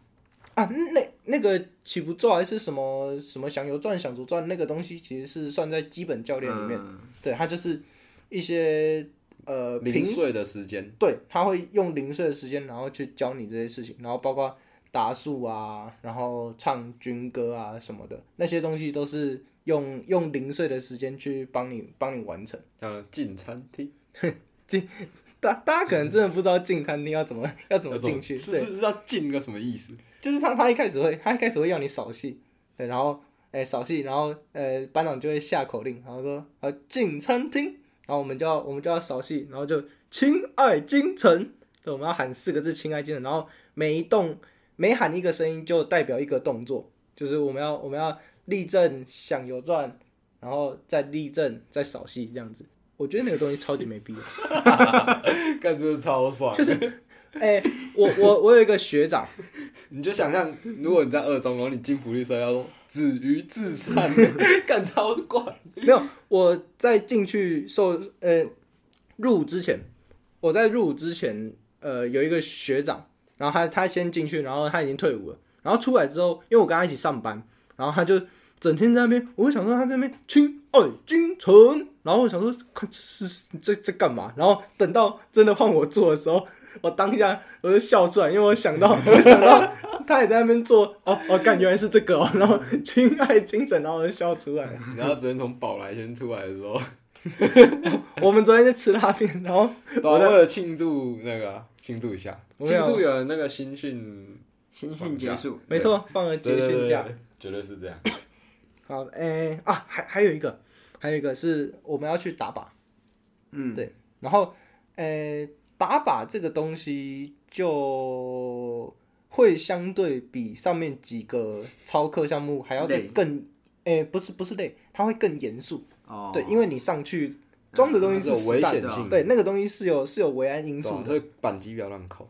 Speaker 2: 啊，那那个起步骤还是什么什么想游转、想左转那个东西，其实是算在基本教练里面。
Speaker 3: 嗯
Speaker 2: 对，它就是一些呃
Speaker 1: 零
Speaker 2: 平，
Speaker 1: 碎的时间，
Speaker 2: 对，他会用零碎的时间，然后去教你这些事情，然后包括打数啊，然后唱军歌啊什么的，那些东西都是用用零碎的时间去帮你帮你完成。
Speaker 1: 叫了进餐厅，
Speaker 2: 大大家可能真的不知道进餐厅要怎么要怎么
Speaker 1: 要做
Speaker 2: 进去，对
Speaker 1: 是，是是要进个什么意思？
Speaker 2: 就是他他一开始会，他一开始会要你扫戏，对，然后哎扫戏，然后呃班长就会下口令，然后说呃进餐厅，然后我们就要我们就要扫戏，然后就亲爱京城，对，我们要喊四个字亲爱京城，然后每一动每喊一个声音就代表一个动作，就是我们要我们要立正响油转，然后再立正再扫戏这样子，我觉得那个东西超级没必要。
Speaker 1: 干真的超爽。
Speaker 2: 哎、我我我有一个学长，
Speaker 1: 你就想象，如果你在二中，然后你进福利社，要说止于至善，干超怪。
Speaker 2: 没有，我在进去受呃入伍之前，我在入伍之前，呃，有一个学长，然后他他先进去，然后他已经退伍了，然后出来之后，因为我跟他一起上班，然后他就整天在那边，我就想说他在那边亲爱京城，然后我想说，看这是这这干嘛？然后等到真的换我做的时候。我当下我就笑出来，因为我想到，我想到他也在那边做，哦哦，干原来是这个哦，然后亲爱京城，然后我就笑出来了。
Speaker 1: 然后昨天从宝来轩出来的时候，
Speaker 2: <laughs> 我们昨天就吃拉面，然后
Speaker 1: <laughs> 对啊为了庆祝那个啊庆祝一下，
Speaker 2: 我没
Speaker 1: 庆
Speaker 2: 有
Speaker 1: 祝有人那个新训，
Speaker 3: 新训结束，
Speaker 2: 没错，放了
Speaker 1: 对
Speaker 2: 结训假。，
Speaker 1: 对对对绝对是这样。
Speaker 2: 好，哎、啊，还还有一个，还有一个是我们要去打靶，
Speaker 3: 嗯，
Speaker 2: 对，然后，呃，打靶这个东西就会相对比上面几个操课项目还要再
Speaker 3: 累
Speaker 2: 更，哎、不是不是累，它会更严肃，
Speaker 3: 哦，
Speaker 2: 对，因为你上去装的东西
Speaker 1: 嗯
Speaker 2: 是
Speaker 1: 有危
Speaker 2: 实弹
Speaker 1: 险
Speaker 2: 的啊
Speaker 1: 性
Speaker 2: 对，那个东西是有是有危安因
Speaker 1: 对
Speaker 2: 素
Speaker 1: 啊， <laughs>
Speaker 2: 的，
Speaker 1: 所以扳机不要乱扣。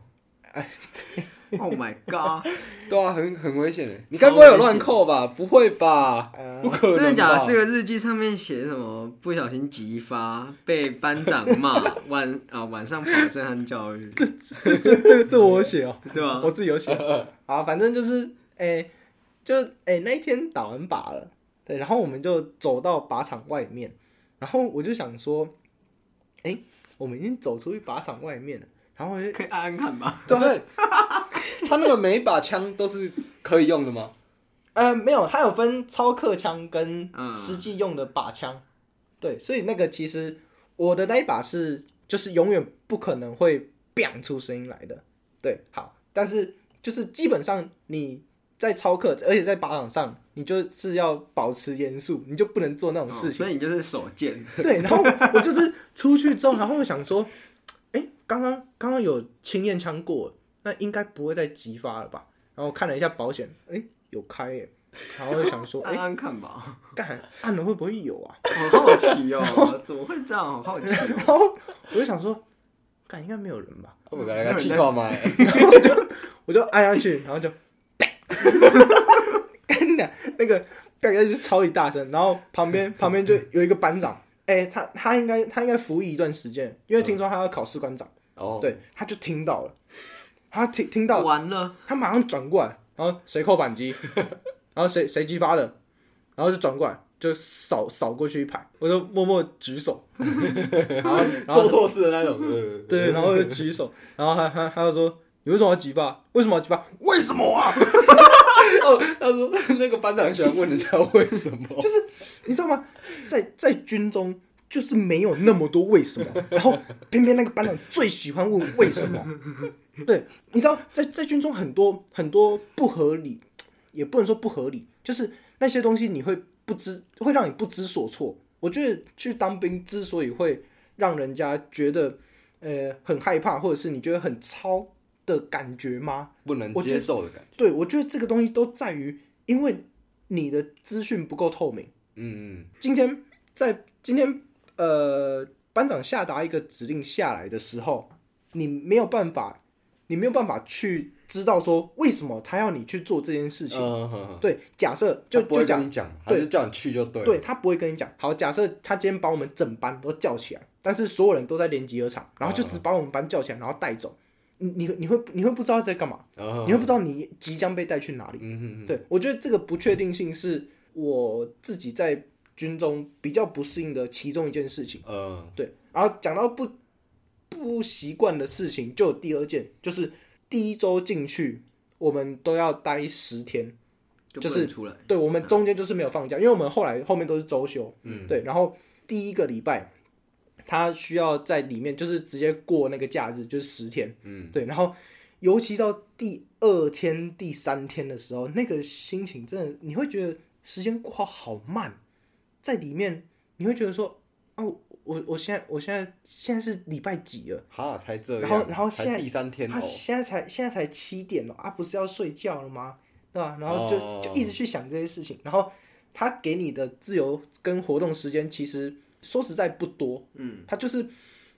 Speaker 3: ，Oh my God，
Speaker 1: 对啊，很很危险的。你该不会有乱扣吧？不会吧？
Speaker 2: 呃
Speaker 1: 不可能吧。
Speaker 3: 真的假的？这个日记上面写什么？不小心急发，被班长骂，晚啊晚上跑震撼教育，
Speaker 2: 这这这这我有写哦、
Speaker 3: 对吧？
Speaker 2: 我自己有写啊，反正就是诶、就诶、那一天打完靶了，对，然后我们就走到靶场外面，然后我就想说，诶、我们已经走出去靶场外面了，然后我就
Speaker 3: 可以按按看吧。
Speaker 1: 对不对？他那个每一把枪都是可以用的吗？
Speaker 2: 呃没有，它有分操课枪跟
Speaker 3: 嗯
Speaker 2: 实际用的靶枪，对，所以那个其实我的那一把是就是永远不可能会 bang 出声音来的，对，好，但是就是基本上你在操课，而且在靶场上，你就是要保持严肃，你就不能做那
Speaker 3: 哦
Speaker 2: 种事情。
Speaker 3: 所以你就是手贱，
Speaker 2: 对，然后我就是出去之后，然后我想说，哎、刚刚刚刚有轻验枪过，那应该不会再急发了吧？然后看了一下保险，哎、有开耶、然后就想说，哎、
Speaker 3: <laughs> 按按看吧。
Speaker 2: <laughs> 干按了会不会有啊？
Speaker 3: 好好奇哦，怎么会这样？好好奇哦。
Speaker 2: 然后我就想说，干应该没有人吧？
Speaker 1: 我来个气泡 <laughs> 麦，
Speaker 2: 我就按下去，然后就 <laughs> 干的，那个感觉就是超级大声，然后旁边旁边就有一个班长，哎、他他应该他应该服役一段时间，因为听说他要考士官长，
Speaker 1: 哦，
Speaker 2: 对，他就听到了，他听听到
Speaker 3: 完了，
Speaker 2: 他马上转过来，然后谁扣扳机，然后谁谁激发的，然后就转过来就扫扫过去一排，我就默默举手，然后然后
Speaker 1: 做错事的那种。呃
Speaker 2: 对，然后就举手，然后他他他就说你为什么要激发？为什么要激发？
Speaker 1: 为什么啊？哦，他说 <laughs> 那个班长喜欢问人家为什么，
Speaker 2: 就是你知道吗？在在军中就是没有那么多为什么，然后偏偏那个班长最喜欢问为什么。对，你知道在在军中很多很多不合理，也不能说不合理，就是那些东西你会不知，会让你不知所措。我觉得去当兵之所以会让人家觉得呃很害怕，或者是你觉得很超的感觉吗？
Speaker 1: 不能
Speaker 2: 我
Speaker 1: 接受的感觉。
Speaker 2: 对，我觉得这个东西都在于，因为你的资讯不够透明。
Speaker 1: 嗯嗯，
Speaker 2: 今天在今天呃，班长下达一个指令下来的时候，你没有办法，你没有办法去知道说为什么他要你去做这件事情。
Speaker 1: 嗯哼哼
Speaker 2: 对，假设就
Speaker 1: 他不
Speaker 2: 就
Speaker 1: 会
Speaker 2: 讲
Speaker 1: 跟你讲，他就叫你去就对了。
Speaker 2: 呃对他不会跟你讲。好，假设他今天把我们整班都叫起来，但是所有人都在练集合场，然后
Speaker 1: 哦
Speaker 2: 就只把我们班叫起来，然后带走。你你你会你会不知道在干嘛，
Speaker 1: 嗯哼
Speaker 2: 你会不知道你即将被带去哪里。
Speaker 1: 嗯哼
Speaker 2: 对我觉得这个不确定性是我自己在军中比较不适应的其中一件事情。
Speaker 1: 嗯
Speaker 2: 对，然后讲到不不习惯的事情，就有第二件，就是第一周进去我们都要待十天。
Speaker 3: 就
Speaker 2: 就
Speaker 3: 不能出来。
Speaker 2: 对，我们中间就是没有放假，因为我们后来后面都是周休，嗯，对，然后第一个礼拜他需要在里面就是直接过那个假日，就是十天，嗯，对，然后尤其到第二天、第三天的时候，那个心情真的你会觉得时间过好慢，在里面你会觉得说，哦，我我现在我现在现在是礼拜几了？
Speaker 1: 哈，才这样。
Speaker 2: 然后然后现
Speaker 1: 才
Speaker 2: 在
Speaker 1: 第三天
Speaker 2: 他
Speaker 1: 哦，
Speaker 2: 现在才现在才七点了啊，不是要睡觉了吗？对吧、然后就、
Speaker 1: 哦
Speaker 2: 就一直去想这些事情，然后他给你的自由跟活动时间其实说实在不多，嗯，他就是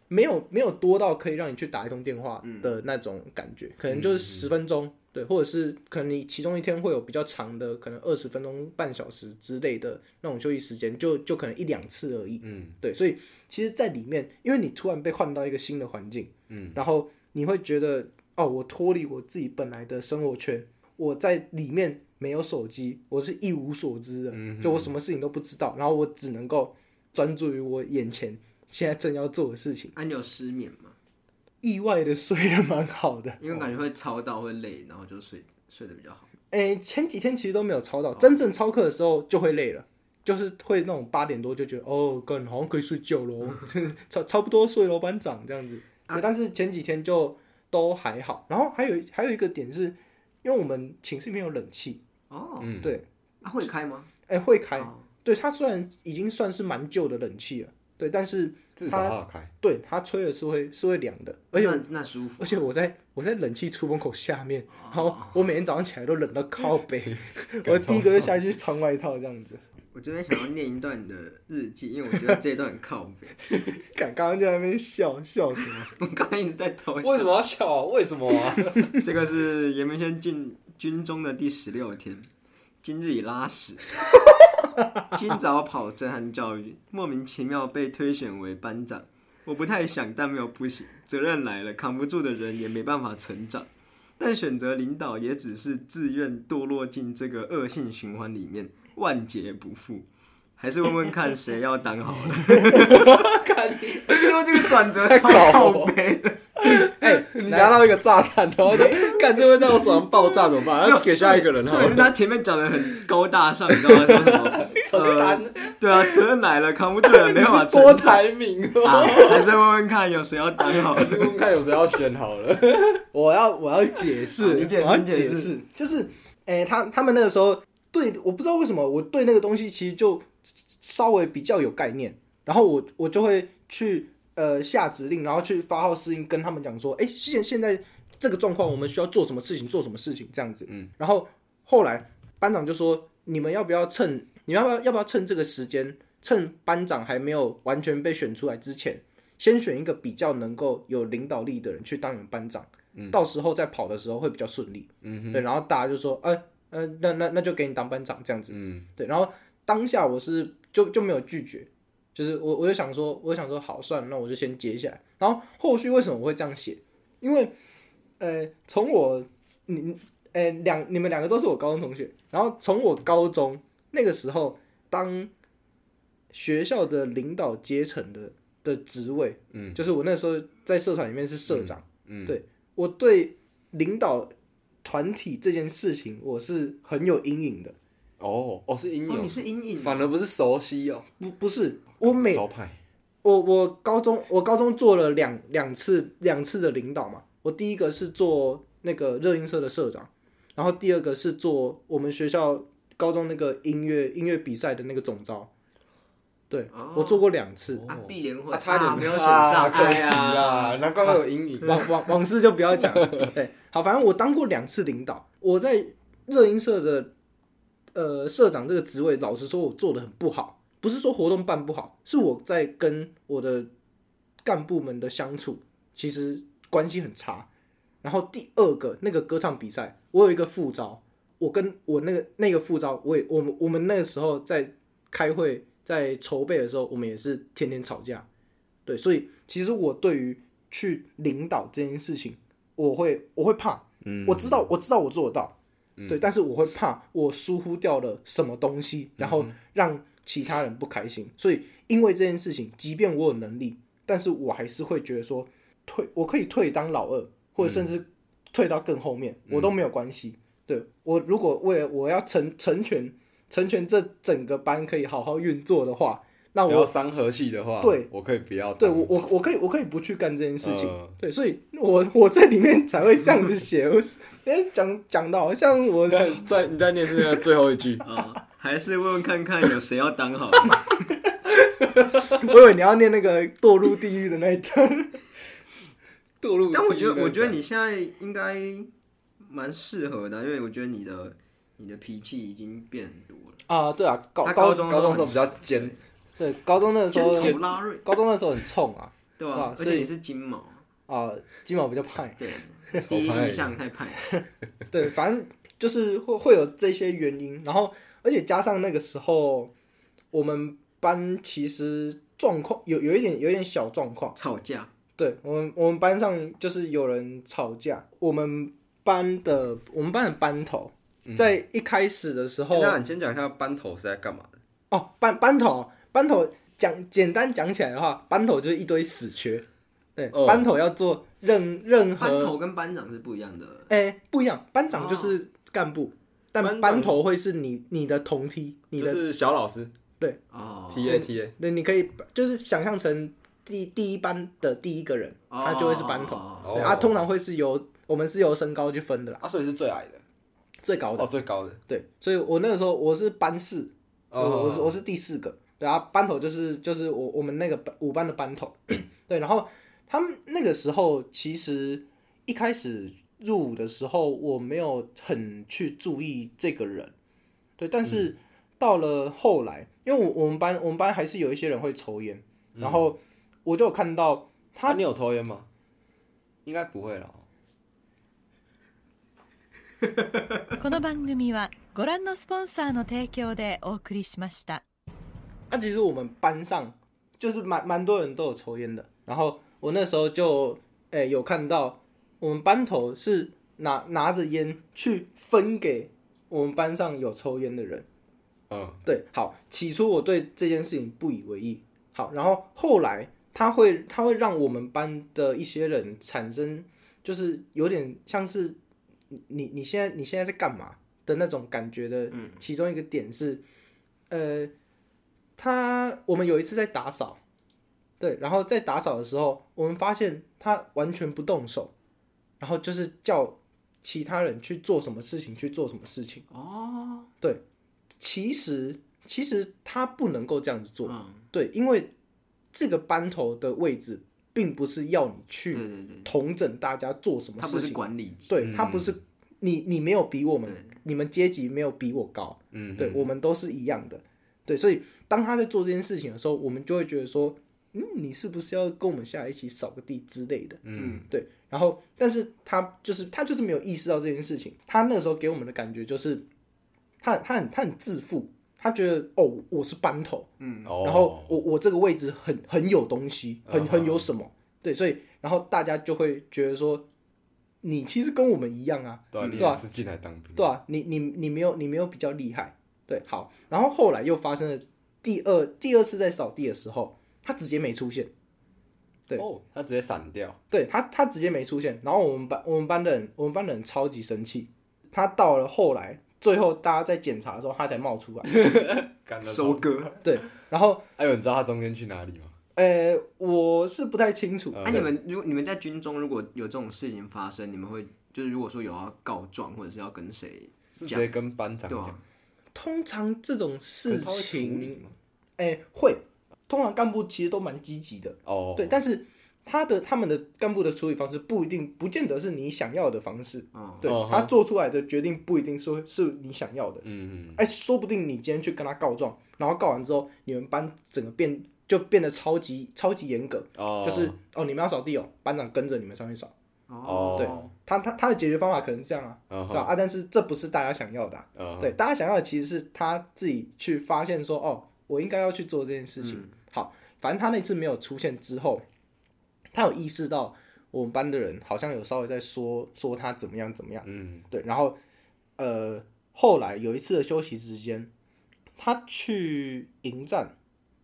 Speaker 2: 没有没有多到可以让你去打一通电话
Speaker 1: 嗯
Speaker 2: 的那种感觉，可能就是十分钟，对，或者是可能你其中一天会有比较长的，可能二十分钟、半小时之类的那种休息时间，就就可能一两次而已，嗯，对，所以其实，在里面，因为你突然被换到一个新的环境，嗯，然后你会觉得，哦，我脱离我自己本来的生活圈，我在里面没有手机，我是一无所知的，就我什么事情都不知道，然后我只能够专注于我眼前现在正要做的事情。
Speaker 3: 啊，你有失眠吗？
Speaker 2: 意外的睡得蛮好的，
Speaker 3: 因为感觉会超到会累，然后就睡睡得比较好。
Speaker 2: 诶，哎前几天其实都没有超到，真正超课的时候就会累了。就是会那种八点多就觉得哦，干好像可以睡觉喽，差差不多睡喽，班长这样子。对但是前几天就都还好。然后还有还有一个点是，因为我们寝室里面有冷气，
Speaker 3: 哦，
Speaker 1: 嗯
Speaker 2: 对，
Speaker 3: 啊，会开吗？
Speaker 2: 哎、会开。
Speaker 3: 哦
Speaker 2: 对，它虽然已经算是蛮旧的冷气了，对，但是
Speaker 1: 至少他有开。
Speaker 2: 对它吹的是会是会凉的，而且
Speaker 3: 那那舒服
Speaker 2: 而。且我在我在冷气出风口下面，然后我每天早上起来都冷到靠背，我第一个就下去穿外套这样子。 <laughs>
Speaker 3: 我这边想要念一段你的日记，因为我觉得这一段很靠北。
Speaker 2: 敢刚刚就在那边笑笑什么？
Speaker 3: 我刚刚一直在偷笑。
Speaker 1: 为什么要笑啊？为什么啊？
Speaker 3: 这个是严明先进军中的第十六天，今日已拉
Speaker 1: <laughs>
Speaker 3: 屎，今早跑震撼教育，莫名其妙被推选为班长。我不太想，但没有不行，责任来了，扛不住的人也没办法成长。但选择领导也只是自愿堕落进这个恶性循环里面，万劫不复。还是问问看谁要当好
Speaker 1: <laughs>
Speaker 3: 了。 <laughs> 最后这个转折超靠背的。
Speaker 1: 哎、 <laughs> 你拿到一个炸弹，然
Speaker 3: <laughs>
Speaker 1: 后就 <laughs> 干这会在我手上爆炸怎么办？
Speaker 3: 啊
Speaker 1: 要给下一个人好
Speaker 3: 重点
Speaker 1: 了
Speaker 3: 是。他前面讲的很高大上，你知道 <laughs> 吗？说什么？呃，对啊，责任来了，扛不住了，没办法
Speaker 1: <laughs> 你是郭
Speaker 3: 承担。
Speaker 1: 台铭
Speaker 3: 啊
Speaker 1: 吗？
Speaker 3: 还是问问看有谁要当好 <laughs>
Speaker 1: 还。是问看有谁要选好了。
Speaker 2: 我要我要解
Speaker 3: 好
Speaker 2: 释，
Speaker 3: 你解释
Speaker 2: 我要
Speaker 3: 你解
Speaker 2: 解
Speaker 3: 释，
Speaker 2: 就是诶、他他们那个时候对，我不知道为什么我对那个东西其实就稍微比较有概念，然后我我就会去呃下指令，然后去发号施令，跟他们讲说，诶、现现在这个状况我们需要做什么事情，做什么事情这样子。嗯，然后后来班长就说，你们要不要趁你们要不要要不要趁这个时间，趁班长还没有完全被选出来之前。先选一个比较能够有领导力的人去当你们班长，到时候再跑的时候会比较顺利。嗯，对，然后大家就说，呃呃，那那那就给你当班长这样子。嗯，对，然后当下我是就就没有拒绝，就是我我就想说，我就想说好算了，那我就先接下来。然后后续为什么我会这样写？因为呃，从我你你呃两你们两个都是我高中同学，然后从我高中那个时候当学校的领导阶层的的职位，嗯，就是我那时候在社团里面是社长，嗯，对我对领导团体这件事情我是很有阴影的，
Speaker 1: <laughs> 哦，哦是阴
Speaker 3: 哦，
Speaker 1: 影
Speaker 3: 你，是阴影，
Speaker 1: 反而不是熟悉哦。
Speaker 2: 不不是我每
Speaker 1: 招牌，
Speaker 2: 我我高中我高中做了两两次两次的领导嘛，我第一个是做那个热音社的社长，然后第二个是做我们学校高中那个音乐音乐比赛的那个总招。对，
Speaker 3: 哦
Speaker 2: 我做过两次，
Speaker 3: 啊，碧莲会
Speaker 1: 啊差点
Speaker 3: 啊没有选上，
Speaker 1: 可
Speaker 3: 哎
Speaker 1: 惜
Speaker 3: 呀，，
Speaker 1: 啦，难怪会有阴影。
Speaker 2: 往往往事就不要讲了。对，好，反正我当过两次领导，我在热音社的呃社长这个职位，老实说，我做的很不好，不是说活动办不好，是我在跟我的干部们的相处，其实关系很差。然后第二个那个歌唱比赛，我有一个副招，我跟我那个那个副招，我也我们我们那个时候在开会在筹备的时候，我们也是天天吵架。对，所以其实我对于去领导这件事情，我会我会怕，
Speaker 1: 嗯
Speaker 2: 我知道我知道我做得到，对，但是我会怕我疏忽掉了什么东西，然
Speaker 1: 嗯
Speaker 2: 后让其他人不开心。所以因为这件事情，即便我有能力，但是我还是会觉得说退，我可以退当老二，或
Speaker 1: 嗯
Speaker 2: 者甚至退到更后面，我都没有关系。对我如果为了我要成成全成全这整个班可以好好运作的话，那我
Speaker 1: 然后三和系的话，
Speaker 2: 对，
Speaker 1: 我可以不要当。
Speaker 2: 对
Speaker 1: <laughs>
Speaker 2: 我我我可以我可以不去干这件事情，
Speaker 1: 呃
Speaker 2: 对，所以我我在里面才会这样子写，我哎讲讲到好像我
Speaker 1: 在 <laughs> 在你在念是那个最后一句
Speaker 3: <laughs> 啊，还是问问看看有谁要当好。
Speaker 2: 我以为你要念那个堕入地狱的那一段，
Speaker 1: 堕入
Speaker 3: 但我觉
Speaker 1: 地狱
Speaker 3: 得，
Speaker 1: 那
Speaker 3: 我觉得
Speaker 1: 种
Speaker 3: 你现在应该蛮适合的，因为我觉得你的你的脾气已经变很多了。
Speaker 2: <laughs> 啊，对啊，高
Speaker 3: 他
Speaker 2: 高
Speaker 3: 中
Speaker 1: 高中
Speaker 3: 高
Speaker 1: 的时候比较尖，
Speaker 2: 对高中那时
Speaker 3: 尖
Speaker 2: 候，
Speaker 3: 头拉瑞，
Speaker 2: 高中那时候很冲啊
Speaker 3: 对吧、
Speaker 2: 对啊
Speaker 3: 而
Speaker 2: 所
Speaker 3: 且
Speaker 2: 以
Speaker 3: 你是金毛，
Speaker 2: 啊，金毛比较派，
Speaker 3: 对，第一印象太派。
Speaker 2: <laughs> 对，反正就是会会有这些原因，然后而且加上那个时候我们班其实状况有有一点有一点小状况。
Speaker 3: 吵架，
Speaker 2: 对我们，我们班上就是有人吵架。我们班的我们班的班头，
Speaker 1: 嗯
Speaker 2: 在一开始的时
Speaker 3: 哦
Speaker 2: 候，
Speaker 1: 那你先讲一下班头是在干嘛的？
Speaker 2: 哦，班班头班头讲简单讲起来的话，班头就是一堆死缺。对，
Speaker 1: 哦
Speaker 2: 班头要做任任
Speaker 3: 班
Speaker 2: 何，
Speaker 3: 头跟班长是不一样的。
Speaker 2: 哎、不一样，班长就是干部，但
Speaker 1: 班长
Speaker 2: 班头会是你你的同梯，你
Speaker 1: 就
Speaker 2: 的
Speaker 1: 是小老师
Speaker 3: 哦
Speaker 1: T A T A，
Speaker 2: 对，你可以就是想象成第第一班的第一个人，
Speaker 3: 哦
Speaker 2: 他就会是班头。
Speaker 3: 哦
Speaker 1: 哦
Speaker 2: 对啊，通常会是由我们是由身高去分的啦，
Speaker 1: 啊，所以是最矮的，
Speaker 2: 最高的。
Speaker 1: 哦，最高的，
Speaker 2: 对，所以我那个时候我是班四，我、
Speaker 1: 哦
Speaker 2: 我是我是第四个，然后班头就是就是我我们那个班五班的班头， <clears throat> 对，然后他们那个时候其实一开始入伍的时候我没有很去注意这个人，对，但是到了后来，因为我我们班我们班还是有一些人会抽烟，然后我就有看到他
Speaker 1: 啊你有抽烟吗？应该不会了。
Speaker 4: この番組はご覧のスポンサーの提供でお送りしました。
Speaker 2: 那、啊其实我们班上就是蛮蛮多人都有抽烟的，然后我那时候就诶、有看到我们班头是拿拿着烟去分给我们班上有抽烟的人。
Speaker 1: 嗯，
Speaker 2: 对，好，起初我对这件事情不以为意，好，然后后来他会他会让我们班的一些人产生就是有点像是你你你现在你现在在干嘛的那种感觉的，其中一个点是，呃，他我们有一次在打扫，对，然后在打扫的时候，我们发现他完全不动手，然后就是叫其他人去做什么事情去做什么事情。
Speaker 3: 哦，
Speaker 2: 其实其实他不能够这样子做，
Speaker 3: 嗯，
Speaker 2: 对，啊因为这个班头的位置并不是要你
Speaker 3: 对
Speaker 2: 去
Speaker 3: 对对，
Speaker 2: 统整大家做什么
Speaker 3: 他不
Speaker 2: 事
Speaker 3: 是
Speaker 2: 情，
Speaker 3: 管理级，
Speaker 1: 嗯
Speaker 2: 对他不是你你没有比我们，你们阶级没有比我高，
Speaker 1: 嗯，
Speaker 2: 对我们都是一样的，对，所以当他在做这件事情的时候，我们就会觉得说，嗯，你是不是要跟我们下来一起扫个地之类的？
Speaker 1: 嗯，
Speaker 2: 对，然后但是他就是他就是没有意识到这件事情，他那个时候给我们的感觉就是，他他很他很自负，他觉得哦我是班头，
Speaker 1: 哦
Speaker 2: 然后我我这个位置很很有东西，很很有什么，对，所以然后大家就会觉得说，你其实跟我们一样啊，
Speaker 1: 对啊，你
Speaker 2: 对啊
Speaker 1: 也是进来当兵，
Speaker 2: 对啊，你你你没有你没有比较厉害，对，好，然后后来又发生了第二第二次在扫地的时候，他直接没出现。对
Speaker 1: 哦，他直接闪掉，
Speaker 2: 对他，他直接没出现。然后我们班我们班的人，我们班的人超级生气。他到了后来，最后大家在检查的时候，他才冒出来。 <laughs>
Speaker 1: 干得到
Speaker 3: 收割，
Speaker 2: 对，然后
Speaker 1: 哎呦，你知道他中间去哪里吗？
Speaker 2: 呃，我是不太清楚。
Speaker 1: 呃
Speaker 3: 哎、你们如你们在军中如果有这种事情发生，你们会就是如果说有要告状或者是要跟谁，
Speaker 1: 是直接跟班长
Speaker 3: 对啊
Speaker 1: 讲，
Speaker 2: 通常这种
Speaker 1: 可
Speaker 2: 事
Speaker 1: 是他会处理
Speaker 2: 情，
Speaker 1: 吗？
Speaker 2: 哎、会，通常干部其实都蛮积极的，
Speaker 1: 哦，
Speaker 2: 对，但是他的他们的干部的处理方式不一定，不见得是你想要的方式，
Speaker 3: 哦，
Speaker 2: 对、
Speaker 1: 嗯哼
Speaker 2: 他做出来的决定不一定是是你想要的，
Speaker 1: 嗯，嗯，
Speaker 2: 哎、说不定你今天去跟他告状，然后告完之后，你们班整个变就变得超级超级严格，
Speaker 1: 哦，
Speaker 2: 就是哦，你们要扫地哦，班长跟着你们上去扫。
Speaker 1: 哦，
Speaker 2: 对，他他他的解决方法可能是这样啊，
Speaker 1: 嗯
Speaker 2: 对吧？啊，但是这不是大家想要的啊、
Speaker 1: 嗯，
Speaker 2: 对，大家想要的其实是他自己去发现说，哦，我应该要去做这件事情。
Speaker 1: 嗯
Speaker 2: 好，反正他那次没有出现之后，他有意识到我们班的人好像有稍微在说说他怎么样怎么样，
Speaker 1: 嗯，
Speaker 2: 对，然后呃，后来有一次的休息时间，他去营站，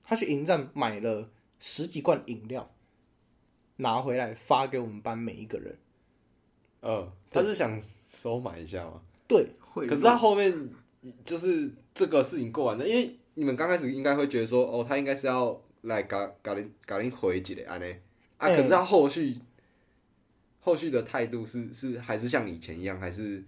Speaker 2: 他去营站买了十几罐饮料，拿回来发给我们班每一个人。
Speaker 1: 嗯，他是想收买一下嘛，
Speaker 2: 对，
Speaker 3: 会
Speaker 1: 可是他后面就是这个事情过完了，因为你们刚开始应该会觉得说，哦，他应该是要来搞搞你搞你回击的安呢，啊，
Speaker 2: 嗯
Speaker 1: 可是他后续后续的态度是是还是像以前一样，还是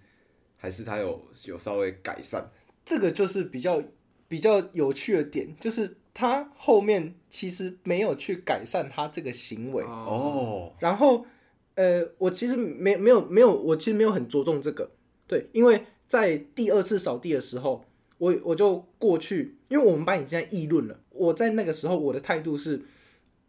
Speaker 1: 还是他有有稍微改善，
Speaker 2: 这个就是比较比较有趣的点，就是他后面其实没有去改善他这个行为。
Speaker 3: 哦，
Speaker 1: 哦，
Speaker 2: 然后，呃，我其实没没有没有，我其实没有很着重这个，对，因为在第二次扫地的时候，我我就过去，因为我们班已经在议论了。我在那个时候，我的态度是，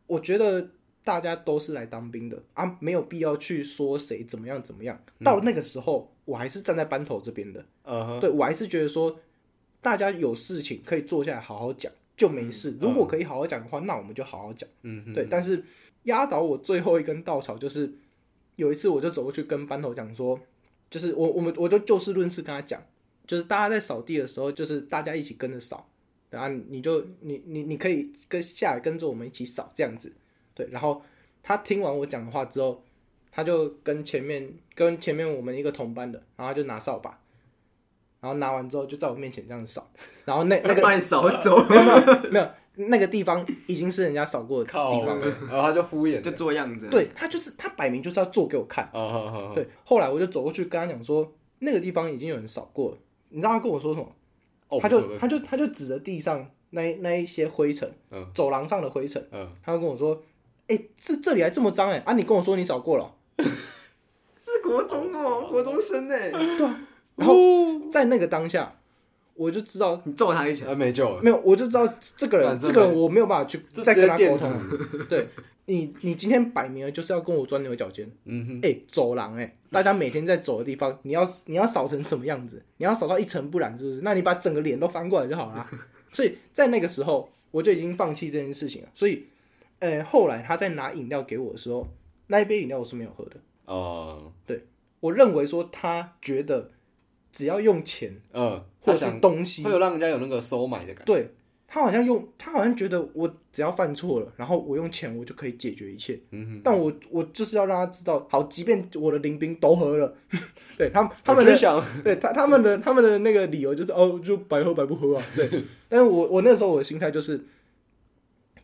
Speaker 2: 我觉得大家都是来当兵的啊，没有必要去说谁怎么样怎么样。到那个时候，我还是站在班头这边的，
Speaker 1: 嗯哼，
Speaker 2: 对我还是觉得说，大家有事情可以坐下来好好讲就没事。如果可以好好讲的话，那我们就好好讲。
Speaker 1: 嗯哼，
Speaker 2: 对，但是压倒我最后一根稻草就是有一次，我就走过去跟班头讲说，就是我我们我就就事论事跟他讲，就是大家在扫地的时候，就是大家一起跟着扫，然后你就你你你可以跟下来跟着我们一起扫这样子，对。然后他听完我讲的话之后，他就跟前面跟前面我们一个同班的，然后他就拿扫把。然后拿完之后就在我面前这样扫，然后那那个
Speaker 3: 把
Speaker 1: <laughs>
Speaker 3: 你扫
Speaker 2: <laughs>
Speaker 3: 走， <laughs>
Speaker 2: 没有那个地方已经是人家扫过的
Speaker 1: 靠
Speaker 2: 地方了，
Speaker 1: 然后他就敷衍了，
Speaker 3: 就做样子，
Speaker 2: 对，他就是他摆明就是要做给我看。
Speaker 1: 哦，好好好，
Speaker 2: 对，后来我就走过去跟他讲说，那个地方已经有人扫过了，你知道他跟我说什么？
Speaker 1: 哦，
Speaker 2: 他
Speaker 1: 不错
Speaker 2: 就
Speaker 1: 不错
Speaker 2: 他就他就指着地上那一那一些灰尘，
Speaker 1: 嗯
Speaker 2: 走廊上的灰尘，
Speaker 1: 嗯，
Speaker 2: 他就跟我说，哎、这这里还这么脏哎、啊，你跟我说你扫过了哦、
Speaker 3: 是国中哦，国中生
Speaker 2: <laughs>
Speaker 3: 哎，
Speaker 2: 然后在那个当下，我就知道
Speaker 3: 你揍他一拳，
Speaker 1: 呃，没救了，
Speaker 2: 没有，我就知道这个人
Speaker 1: 反正
Speaker 2: 这个人我没有办法去
Speaker 1: 这
Speaker 2: 再
Speaker 1: 直
Speaker 2: 跟
Speaker 1: 接
Speaker 2: 他沟
Speaker 1: 电死
Speaker 2: 通，对。你你今天摆明了就是要跟我钻牛角尖，
Speaker 1: 嗯哼，
Speaker 2: 哎、走廊哎、大家每天在走的地方，你要你要扫成什么样子？你要扫到一尘不染，是不是？那你把整个脸都翻过来就好啦。所以在那个时候，我就已经放弃这件事情了。所以，呃，后来他在拿饮料给我的时候，那一杯饮料我是没有喝的。
Speaker 1: 哦，
Speaker 2: 我认为说他觉得只要用钱
Speaker 1: 嗯，
Speaker 2: 或
Speaker 1: 他
Speaker 2: 者
Speaker 1: 想
Speaker 2: 是东西
Speaker 1: 会，有让人家有那个收买的感觉，
Speaker 2: 对他好像用他好像觉得我只要犯错了，然后我用钱我就可以解决一切。
Speaker 1: 嗯
Speaker 2: 但我我就是要让他知道，好，即便我的临兵都喝了， <laughs> 对他们
Speaker 1: 哼，
Speaker 2: 他们
Speaker 1: 就
Speaker 2: 的
Speaker 1: 想，
Speaker 2: 对他他们的他们的那个理由就是哦，就白喝白不喝啊。对，但是我我那时候我的心态就是，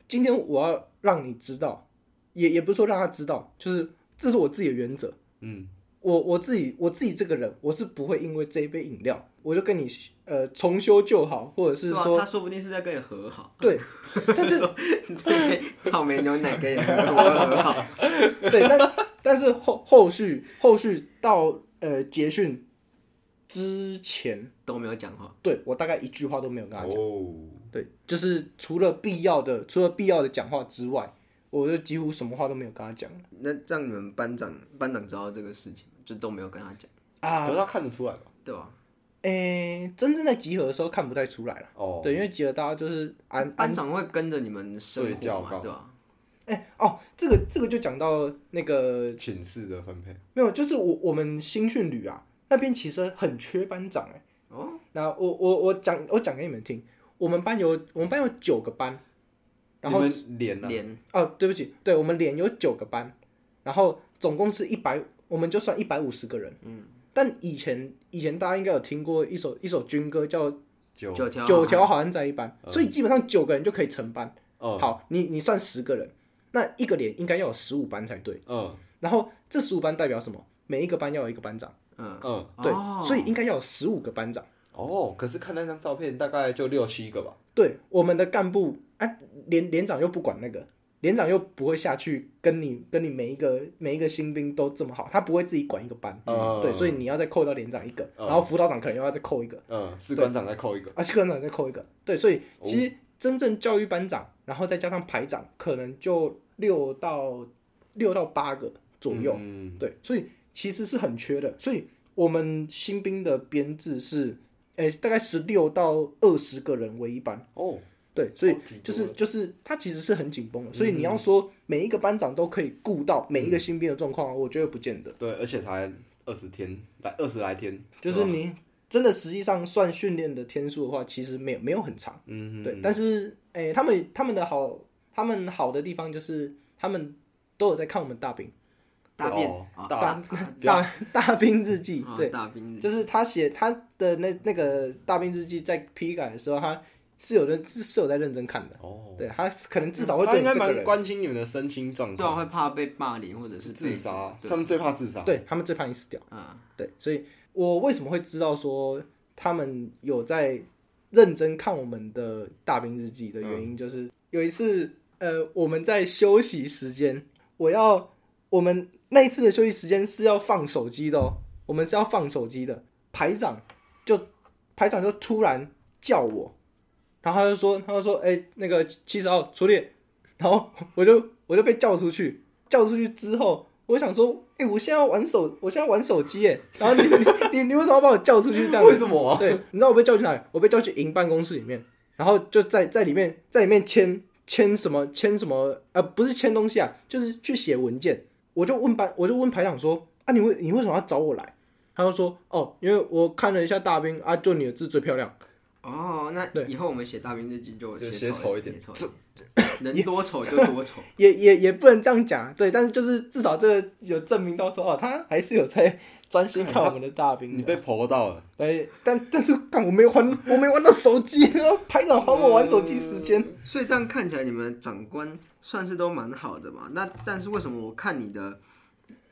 Speaker 2: 今天我要让你知道，也也不是说让他知道，就是这是我自己的原则。
Speaker 1: 嗯，
Speaker 2: 我我自己我自己这个人，我是不会因为这一杯饮料，我就跟你呃重修旧好，或者是
Speaker 3: 对啊
Speaker 2: 说
Speaker 3: 他说不定是在跟你和好， <laughs>
Speaker 2: 对，但是
Speaker 3: 这边草莓牛奶跟你和好，
Speaker 2: 对，但但是后后续后续到呃结训之前，
Speaker 3: 都没有讲话，
Speaker 2: 对我大概一句话都没有跟他讲。
Speaker 1: 哦，
Speaker 2: 对，就是除了必要的，除了必要的讲话之外，我就几乎什么话都没有跟他讲了
Speaker 3: 那这样你们班长班长知道这个事情，就都没有跟他讲，
Speaker 1: 可
Speaker 2: 啊
Speaker 1: 是。他看得出来吧？
Speaker 3: 对吧？
Speaker 2: 诶、真正在集合的时候看不太出来了。
Speaker 1: 哦，
Speaker 2: 对，因为集合大家就是安安
Speaker 3: 班长会跟着你们生
Speaker 1: 睡觉
Speaker 3: 活嘛，
Speaker 1: 吧
Speaker 3: 对吧？
Speaker 2: 哎、哦，这个这个就讲到那个
Speaker 1: 寝室的分配，
Speaker 2: 没有，就是我我们新训旅啊那边其实很缺班长哎、
Speaker 3: 哦，
Speaker 2: 那我我我讲我讲给你们听，我们班有我们班有九个班，然后
Speaker 1: 你们连啊呢？
Speaker 3: 连
Speaker 2: 哦，对不起，对我们连有九个班，然后总共是一百，我们就算一百五十个人。嗯，但以前以前大家应该有听过一首一首军歌叫
Speaker 1: 九
Speaker 3: 九
Speaker 2: 《
Speaker 3: 条
Speaker 2: 九
Speaker 1: 哦
Speaker 3: 好汉
Speaker 2: 条好汉在一班》，所以基本上九个人就可以成班。
Speaker 1: 嗯
Speaker 2: 好，你你算十个人，那一个连应该要有十五班才对。
Speaker 1: 嗯
Speaker 2: 然后这十五班代表什么？每一个班要有一个班长，
Speaker 3: 嗯，
Speaker 1: 嗯，
Speaker 2: 对，
Speaker 3: 哦
Speaker 2: 所以应该要有十五个班长。
Speaker 1: 哦，可是看那张照片大概就六七个吧。
Speaker 2: 对，我们的干部啊，连连长又不管那个，连长又不会下去跟你跟你每一个每一个新兵都这么好，他不会自己管一个班，
Speaker 1: 嗯
Speaker 2: 对，所以你要再扣到连长一个，
Speaker 1: 嗯
Speaker 2: 然后辅导长可能又要再扣一个，
Speaker 1: 嗯，士官长再扣一个。
Speaker 2: 啊，士官长再扣一个，对，所以其实真正教育班长，然后再加上排长，可能就六到六到八个左右，
Speaker 1: 嗯
Speaker 2: 对，所以其实是很缺的，所以我们新兵的编制是，诶、大概十六到二十个人为一班。
Speaker 1: 哦，
Speaker 2: 对，所以
Speaker 1: 超级多嗯
Speaker 2: 就是就是它其实是很紧绷的，所以你要说每一个班长都可以顾到每一个新兵的状况，啊我觉得不见得。
Speaker 1: 对，而且才二十天，来二十来天，
Speaker 2: 就是你真的实际上算训练的天数的话，其实没有没有很长。
Speaker 1: 嗯，
Speaker 2: 对，但是诶、他们他们的好，他们好的地方就是他们都有在看我们大兵
Speaker 3: 大便
Speaker 1: 哦
Speaker 3: 啊
Speaker 1: 大啊不要
Speaker 2: 大大兵日记，
Speaker 3: 啊
Speaker 2: 对，
Speaker 3: 大兵
Speaker 2: 就是他写他的那那个大兵日记在批改的时候，他是有认是有在认真看的。
Speaker 1: 哦，
Speaker 2: 对他可能至少会
Speaker 1: 他
Speaker 2: 对
Speaker 1: 应
Speaker 2: 你
Speaker 1: 该
Speaker 2: 这个
Speaker 1: 蛮
Speaker 2: 人。
Speaker 1: 关心你们的身心状
Speaker 3: 对啊，
Speaker 1: 况，
Speaker 3: 会怕被霸凌或者是被
Speaker 1: 自杀，
Speaker 3: 对
Speaker 1: 他们最怕自杀。，
Speaker 2: 对他们最怕你死掉。
Speaker 3: 嗯，
Speaker 2: 对，所以我为什么会知道说他们有在认真看我们的大兵日记的原因，就是、有一次，呃，我们在休息时间，我要我们那一次的休息时间是要放手机的哦，我们是要放手机的。排长就排长就突然叫我，然后他就说，他就说，哎、那个七十号出列，然后 <laughs> 我就我就被叫出去，叫出去之后，我想说，哎、我现在要玩手，我现在玩手机，哎，然后你你你你为什么要把我叫出去这样
Speaker 1: 为
Speaker 2: 子？
Speaker 1: 什么啊？
Speaker 2: 对，你知道我被叫去哪里？我被叫去营办公室里面，然后就在在里面在里面签签什么签什么，呃，不是签东西啊，就是去写文件。我就问班，我就问排长说，啊，你为你为什么要找我来？他就说，哦，因为我看了一下大兵啊，就你的字最漂亮。
Speaker 3: 哦，那
Speaker 2: 对
Speaker 3: 以后我们写大兵日记就
Speaker 1: 就
Speaker 3: 写
Speaker 1: 写
Speaker 3: 丑
Speaker 1: 丑一点
Speaker 3: 写丑 <laughs> 一点，能多丑就多丑。
Speaker 2: 也也也不能这样讲，啊对，但是就是至少这个有证明到说，哦，他还是有在专心看我们的大兵的。
Speaker 1: 你被婆到了，
Speaker 2: 对，但但是干我没玩，我没玩到手机，排长还我玩手机时间。
Speaker 3: 所以这样看起来，你们长官算是都蛮好的嘛。那但是为什么我看你的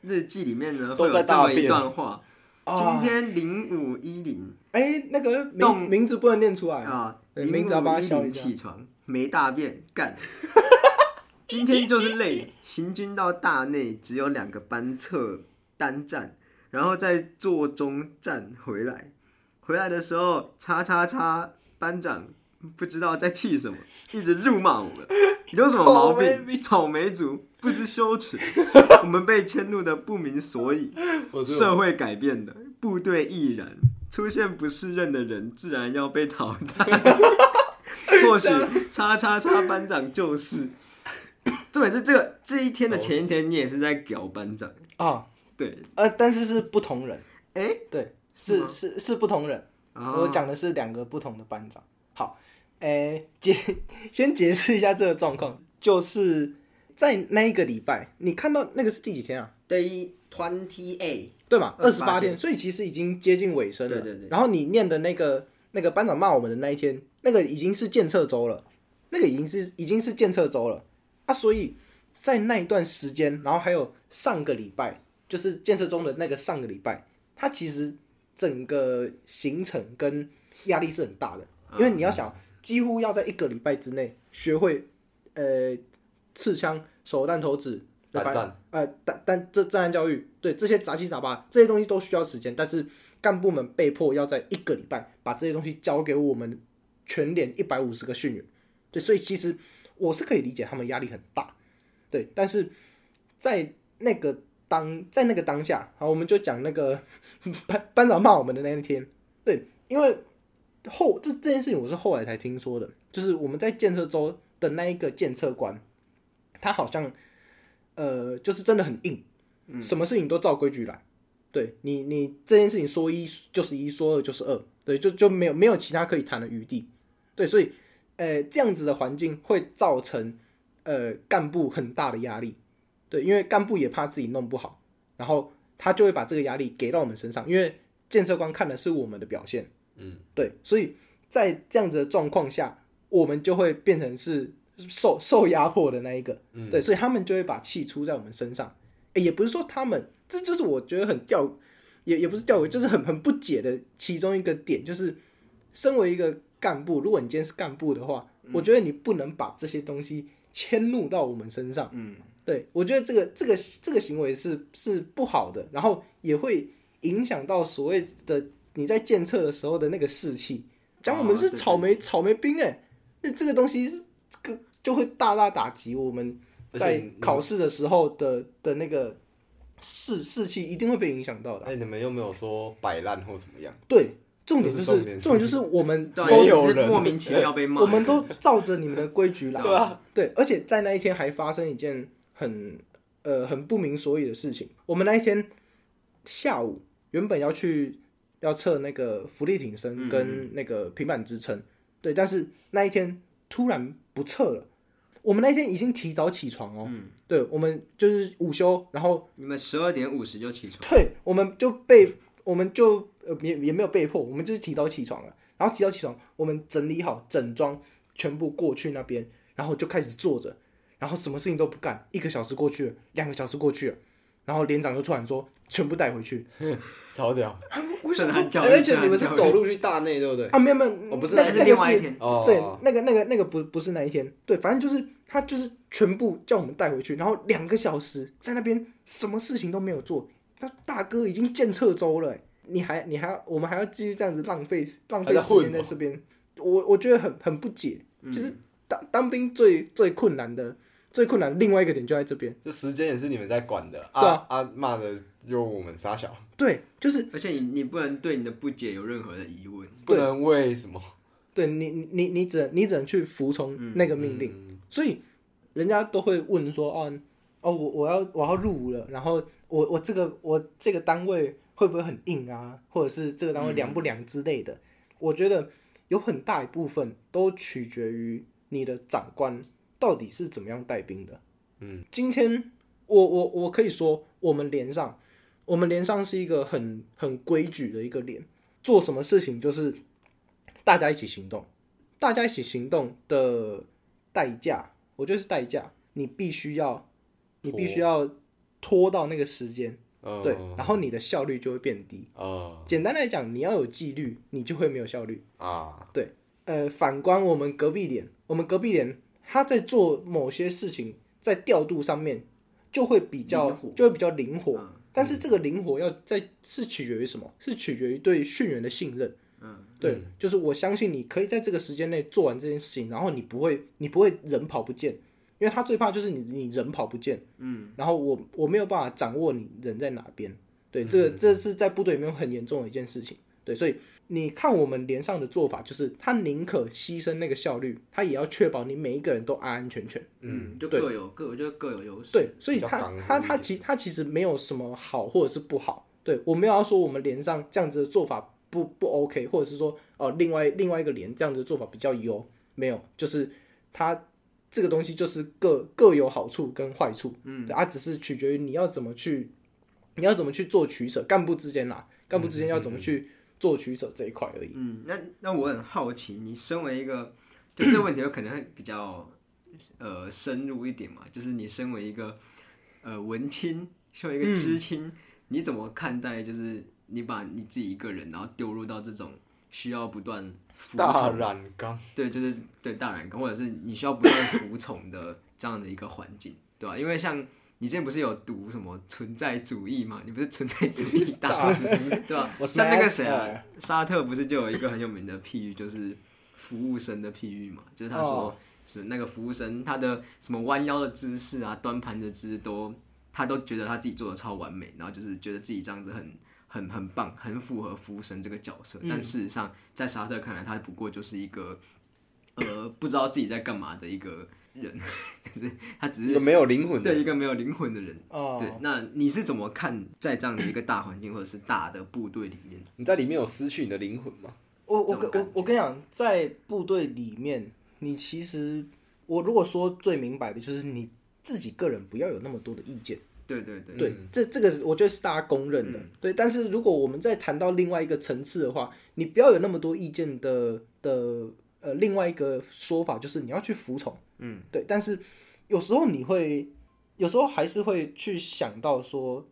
Speaker 3: 日记里面呢，会
Speaker 1: 都
Speaker 3: 有
Speaker 1: 在
Speaker 3: 这
Speaker 1: 大
Speaker 3: 么
Speaker 1: 便哦
Speaker 3: 一段话？今
Speaker 2: 啊
Speaker 3: 天零五一零
Speaker 2: 哎、那个名
Speaker 3: 动
Speaker 2: 名字不能念出来
Speaker 3: 啊，
Speaker 2: 对
Speaker 3: 零
Speaker 2: 名字要
Speaker 3: 五
Speaker 2: 把它
Speaker 3: 一
Speaker 2: 消一
Speaker 3: 零
Speaker 2: 下
Speaker 3: 起床没大便干。 <laughs> 今天就是累，行军到大内只有两个班侧单站，然后再坐中站回来。回来的时候，叉叉叉班长不知道在气什么，一直辱骂我们，有什么毛病？草莓族不知羞耻， <laughs> 我们被迁怒的不明所以。
Speaker 1: 我是
Speaker 3: 社会改变了，部队亦然，出现不适任的人，自然要被淘
Speaker 2: <laughs>
Speaker 3: 汰。或许叉叉叉班长就是。重点是这个这一天的前一天，你也是在屌班长，
Speaker 2: 啊，
Speaker 3: 对，
Speaker 2: 呃，但是是不同人，
Speaker 3: 哎、
Speaker 2: 对，
Speaker 3: 是
Speaker 2: 是
Speaker 3: 吗
Speaker 2: 是是不同人。
Speaker 3: 啊
Speaker 2: 我讲的是两个不同的班长。好，诶、解 <laughs> 先解释一下这个状况，就是在那一个礼拜，你看到那个是第几天啊？
Speaker 3: day twenty eight，
Speaker 2: 对吧？二
Speaker 3: 28
Speaker 2: 十八天，所以其实已经接近尾声了。
Speaker 3: 对对对
Speaker 2: 然后你念的那个那个班长骂我们的那一天，那个已经是建测周了，那个已经是已经是建测周了啊！所以在那一段时间，然后还有上个礼拜，就是建设中的那个上个礼拜，它其实整个行程跟压力是很大的，因为你要想，几乎要在一个礼拜之内学会，呃，刺枪、手榴弹投掷、
Speaker 1: 胆战
Speaker 2: 呃，但但这震撼教育，对这些杂七杂八这些东西都需要时间，但是干部们被迫要在一个礼拜把这些东西交给我们全连一百五十个训员，对，所以其实我是可以理解他们压力很大，对，但是在那个当在那个当下，好，我们就讲那个 <laughs> 班班长骂我们的那一天，对，因为后这这件事情我是后来才听说的，就是我们在建设周的那一个建设官，他好像呃，就是真的很硬，什么事情都照规矩来。对你，你这件事情说一就是一，说二就是二，对，就就没有没有其他可以谈的余地。对，所以，呃，这样子的环境会造成呃干部很大的压力。对，因为干部也怕自己弄不好，然后他就会把这个压力给到我们身上，因为建设官看的是我们的表现。嗯，对，所以在这样子的状况下，我们就会变成是受受压迫的那一个，
Speaker 3: 嗯
Speaker 2: 对，所以他们就会把气出在我们身上。诶也不是说他们，这就是我觉得很吊，也也不是吊诡，就是很很不解的其中一个点，就是身为一个干部，如果你今天是干部的话，
Speaker 3: 嗯
Speaker 2: 我觉得你不能把这些东西迁怒到我们身上。嗯，对，我觉得这个这个这个行为是是不好的，然后也会影响到所谓的你在建设的时候的那个士气。讲我们
Speaker 3: 哦
Speaker 2: 是
Speaker 3: 对
Speaker 2: 草莓、草莓兵、诶，那这个东西是个就会大大打击我们
Speaker 1: 而且
Speaker 2: 在
Speaker 1: 你
Speaker 2: 考试的时候的的那个士士气，一定会被影响到的啊。
Speaker 1: 哎，你们又没有说摆烂或怎么样，
Speaker 2: 对，重点就
Speaker 1: 这是重点
Speaker 2: 重点就是我们
Speaker 3: 对啊，
Speaker 1: 没
Speaker 3: 你
Speaker 1: 有
Speaker 3: 是
Speaker 1: 人
Speaker 3: 莫名其妙被骂。
Speaker 2: 我们都照着你们的规矩来，
Speaker 3: 对啊
Speaker 2: 对，而且在那一天还发生一件很呃很不明所以的事情。我们那一天下午原本要去要测那个浮力挺
Speaker 3: 嗯
Speaker 2: 身跟那个平板支撑，对，但是那一天突然不测了。我们那一天已经提早起床哦，
Speaker 3: 嗯
Speaker 2: 对，我们就是午休，然后
Speaker 3: 你们十二点五十就起床，
Speaker 2: 对，我们就被我们就呃也也没有被迫，我们就是提早起床了。然后提早起床，我们整理好整装，全部过去那边，然后就开始坐着，然后什么事情都不干。一个小时过去了，两个小时过去了，然后连长就突然说全部带回
Speaker 3: <laughs>
Speaker 2: 去。啊
Speaker 1: 超 <laughs> 屌！
Speaker 2: 为什
Speaker 3: 震
Speaker 2: 么？
Speaker 3: 撼教育，
Speaker 1: 而且你们是
Speaker 3: 震撼教育
Speaker 1: 走路去大内，对不对？
Speaker 2: 啊，没有没有，
Speaker 1: 哦不是
Speaker 2: 那
Speaker 1: 那
Speaker 2: 个
Speaker 1: 是
Speaker 2: 那个
Speaker 3: 另外一天
Speaker 1: 哦，
Speaker 2: 对，那个那个那个不不是那一天，对，反正就是他就是全部叫我们带回去，然后两个小时在那边什么事情都没有做，他大哥已经建策州了、欸你还你还要我们还要继续这样子浪费浪费
Speaker 1: 还在
Speaker 2: 时
Speaker 1: 混
Speaker 2: 间
Speaker 1: 嗯
Speaker 2: 在
Speaker 1: 哦
Speaker 2: 这边，我我觉得很很不解，就是当当兵最最困难的最困难的另外一个点就在这边，
Speaker 1: 就时间也是你们在管的
Speaker 2: 对
Speaker 1: 啊啊，骂的就我们傻小，
Speaker 2: 对，就是
Speaker 3: 而且你你不能对你的不解有任何的疑问。
Speaker 1: 不能为什么
Speaker 2: 对你你你你只能你只能去服从那个命令。
Speaker 1: 嗯
Speaker 2: 所以人家都会问说，哦哦，我我要我要入伍了，然后我我这个我这个单位会不会很硬啊，或者是这个单位凉不凉之类的。我觉得有很大一部分都取决于你的长官到底是怎么样带兵的。嗯，今天我我我可以说，我们连上，我们连上是一个很很规矩的一个连，做什么事情就是大家一起行动，大家一起行动的代价，我觉得是代价，你必须要，你必须要拖到那个时间，
Speaker 1: 呃
Speaker 2: 对，然后你的效率就会变低。
Speaker 1: 呃
Speaker 2: 简单来讲，你要有纪律，你就会没有效率。
Speaker 1: 啊，
Speaker 2: 呃，反观我们隔壁脸，我们隔壁脸他在做某些事情，在调度上面就会比较
Speaker 3: 灵活
Speaker 2: 就会比较灵活，但是这个灵活要在是取决于什么？是取决于对训员的信任。嗯，对，就是我相信你可以在这个时间内做完这件事情，然后你不会你不会人跑不见，因为他最怕就是你你人跑不见，嗯，然后我我没有办法掌握你人在哪边。对，这个这是在部队里面很严重的一件事情。对，所以你看我们连上的做法，就是他宁可牺牲那个效率，他也要确保你每一个人都安安全全。
Speaker 3: 嗯，就
Speaker 2: 对
Speaker 3: 各有各，我觉得各有优势。
Speaker 2: 对，所以
Speaker 1: 比较
Speaker 2: 他他
Speaker 1: 刚柔一
Speaker 2: 他其他其实没有什么好或者是不好。对我没有要说我们连上这样子的做法不不 OK，或者是说哦、另外另外一个连这样子的做法比较优，没有，就是他这个东西就是各各有好处跟坏处，嗯，对，它、只是取决于你要怎么去你要怎么去做取舍，干部之间啦，干部之间要
Speaker 1: 嗯
Speaker 2: 怎么去做取舍这一块而已。
Speaker 3: 嗯，那那我很好奇，你身为一个，就这个问题有可能会比较呃深入一点嘛，就是你身为一个呃文青，身为一个
Speaker 1: 嗯
Speaker 3: 知青，你怎么看待就是你把你自己一个人，然后丢入到这种需要不断服
Speaker 1: 大
Speaker 3: 从，
Speaker 1: 染缸，
Speaker 3: 对，就是对大染缸，或者是你需要不断服从的这样的一个环境，对吧、因为像你之前不是有读什么存在主义嘛？你不是存在主
Speaker 2: <laughs>
Speaker 3: 义大师，对吧、
Speaker 2: 我是
Speaker 3: 像那个谁
Speaker 2: master
Speaker 3: 啊，沙特不是就有一个很有名的譬喻，就是服务生的譬喻嘛？就是他说、
Speaker 2: 哦
Speaker 3: 是那个服务生，他的什么弯腰的姿势啊，端盘的姿势都，他都觉得他自己做的超完美，然后就是觉得自己这样子很很很棒，很符合服务生这个角
Speaker 2: 嗯
Speaker 3: 色。但事实上，在沙特看来，他不过就是一个呃不知道自己在干嘛的一个人， <laughs> 就是他只
Speaker 1: 一
Speaker 3: 是
Speaker 1: 个没有灵魂的
Speaker 3: 对一个没有灵魂的人。
Speaker 2: 哦
Speaker 3: 对，那你是怎么看在这样的一个大环境或者是大的部队里面？
Speaker 1: 你在里面有失去你的灵魂吗？
Speaker 2: 我我
Speaker 3: 这种
Speaker 2: 跟
Speaker 3: 感
Speaker 2: 我我跟你讲，在部队里面，你其实我如果说最明白的就是你自己个人不要有那么多的意见，
Speaker 3: 对对对，
Speaker 2: 对，这这个是我觉得是大家公认的，
Speaker 3: 嗯
Speaker 2: 对。但是如果我们再谈到另外一个层次的话，你不要有那么多意见的的呃另外一个说法就是你要去服从，嗯，对。但是有时候你会，有时候还是会去想到说，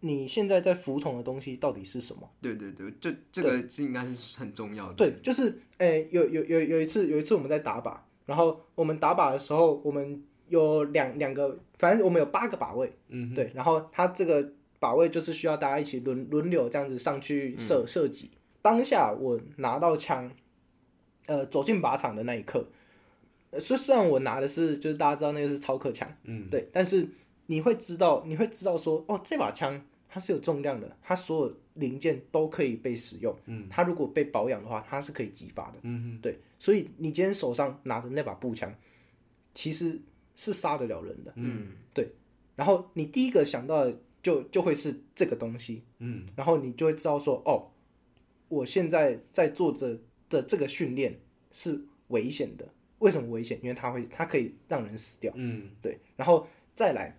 Speaker 2: 你现在在服从的东西到底是什么？
Speaker 3: 对对对，就这个是应该是很重要的。
Speaker 2: 对，就是诶、有有有有一次，有一次我们在打靶，然后我们打靶的时候，我们有两两个，反正我们有八个靶位，嗯，对，然后他这个靶位就是需要大家一起轮轮流这样子上去射、射击。当下我拿到枪，呃，走进靶场的那一刻，呃虽虽然我拿的是就是大家知道那个是超客枪，嗯，对，但是你会知道，你会知道说，哦，这把枪它是有重量的，它所有零件都可以被使用。嗯，它如果被保养的话，它是可以激发的。嗯对，所以你今天手上拿的那把步枪，其实是杀得了人的。嗯，对。然后你第一个想到的就就会是这个东西。嗯，然后你就会知道说，哦，我现在在做着的这个训练是危险的。为什么危险？因为它会，它可以让人死掉。
Speaker 1: 嗯
Speaker 2: 对，然后再来，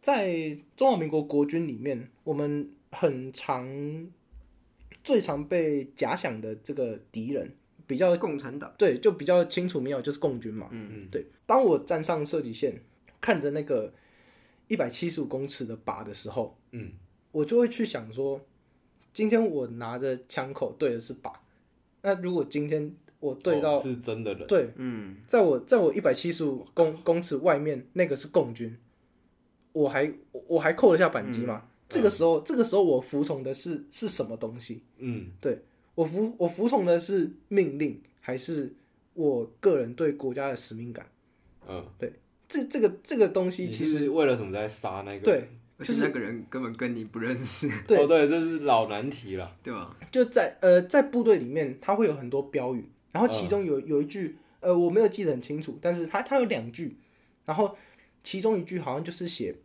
Speaker 2: 在中华民国国军里面，我们很常最常被假想的这个敌人比较
Speaker 3: 共产党，
Speaker 2: 对，就比较清楚明了，就是共军嘛。嗯嗯，对。当我站上射击线，看着那个一百七十五公尺的靶的时候，
Speaker 1: 嗯，
Speaker 2: 我就会去想说，今天我拿着枪口对的是靶，那如果今天我对到、
Speaker 1: 哦是真的人，
Speaker 2: 对
Speaker 3: 嗯，
Speaker 2: 在我在我一百七十五公公尺外面那个是共军，我还我我还扣得下扳机吗？这个时候，这个时候我服从的是是什么东西？
Speaker 1: 嗯
Speaker 2: 我服我服从的是命令，还是我个人对国家的使命感？
Speaker 1: 嗯，
Speaker 2: 这这个这个东西
Speaker 1: 你
Speaker 2: 其
Speaker 1: 其
Speaker 2: 实
Speaker 1: 实为了什么在杀那个？
Speaker 2: 对，
Speaker 3: 而
Speaker 2: 就
Speaker 3: 且
Speaker 2: 是
Speaker 3: 那个人根本跟你不认识， <laughs>
Speaker 2: 对
Speaker 1: 哦对，这是老难题了。
Speaker 3: 对吧？
Speaker 2: 就在呃在部队里面，它会有很多标语，然后其中有有一句呃我没有记得很清楚，但是它它有两句，然后其中一句好像就是写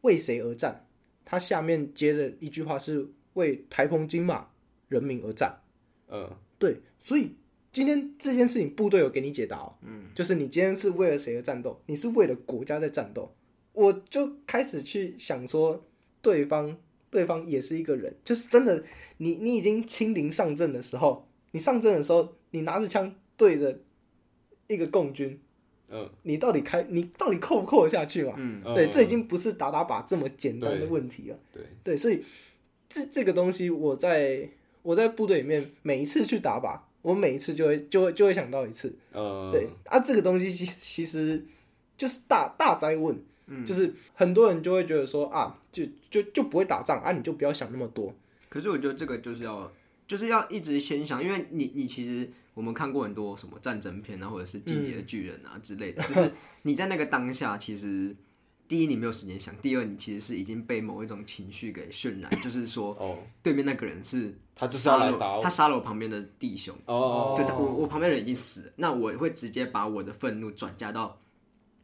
Speaker 2: 为谁而战，它下面接的一句话是为台澎金马人民而战。
Speaker 1: 嗯，
Speaker 2: 对，所以今天这件事情，部队有给你解答哦。嗯，就是你今天是为了谁而战斗？你是为了国家在战斗。我就开始去想说，对方对方也是一个人，就是真的，你你已经亲临上阵的时候，你上阵的时候，你拿着枪对着一个共军，
Speaker 1: 嗯，
Speaker 2: 你到底开你到底扣不扣得下去嘛？
Speaker 3: 嗯，
Speaker 1: 嗯
Speaker 2: 对，这已经不是打打靶这么简单的问题了。
Speaker 1: 对，
Speaker 2: 对，所以这这个东西，我在我在部队里面每一次去打靶，我每一次就会就会就会想到一次。
Speaker 1: 嗯，
Speaker 2: 对、啊，这个东西其其实就是大大灾问，
Speaker 3: 嗯
Speaker 2: 就是很多人就会觉得说啊，就就就不会打仗啊，你就不要想那么多。
Speaker 3: 可是我觉得这个就是要，就是要一直先想，因为你你其实我们看过很多什么战争片啊，或者是《进击的巨人啊》
Speaker 1: <laughs>
Speaker 3: 之类的，就是你在那个当下，其实第一你没有时间想，第二你其实是已经被某一种情绪给渲染，就是说
Speaker 1: 哦，
Speaker 3: 对面那个人是
Speaker 1: 他就是要
Speaker 3: 杀
Speaker 1: 来杀
Speaker 3: 了
Speaker 1: 我
Speaker 3: 他杀了我旁边的弟兄，
Speaker 1: 哦，
Speaker 2: <laughs>
Speaker 3: 对，他我我旁边的人已经死了，那我会直接把我的愤怒转嫁到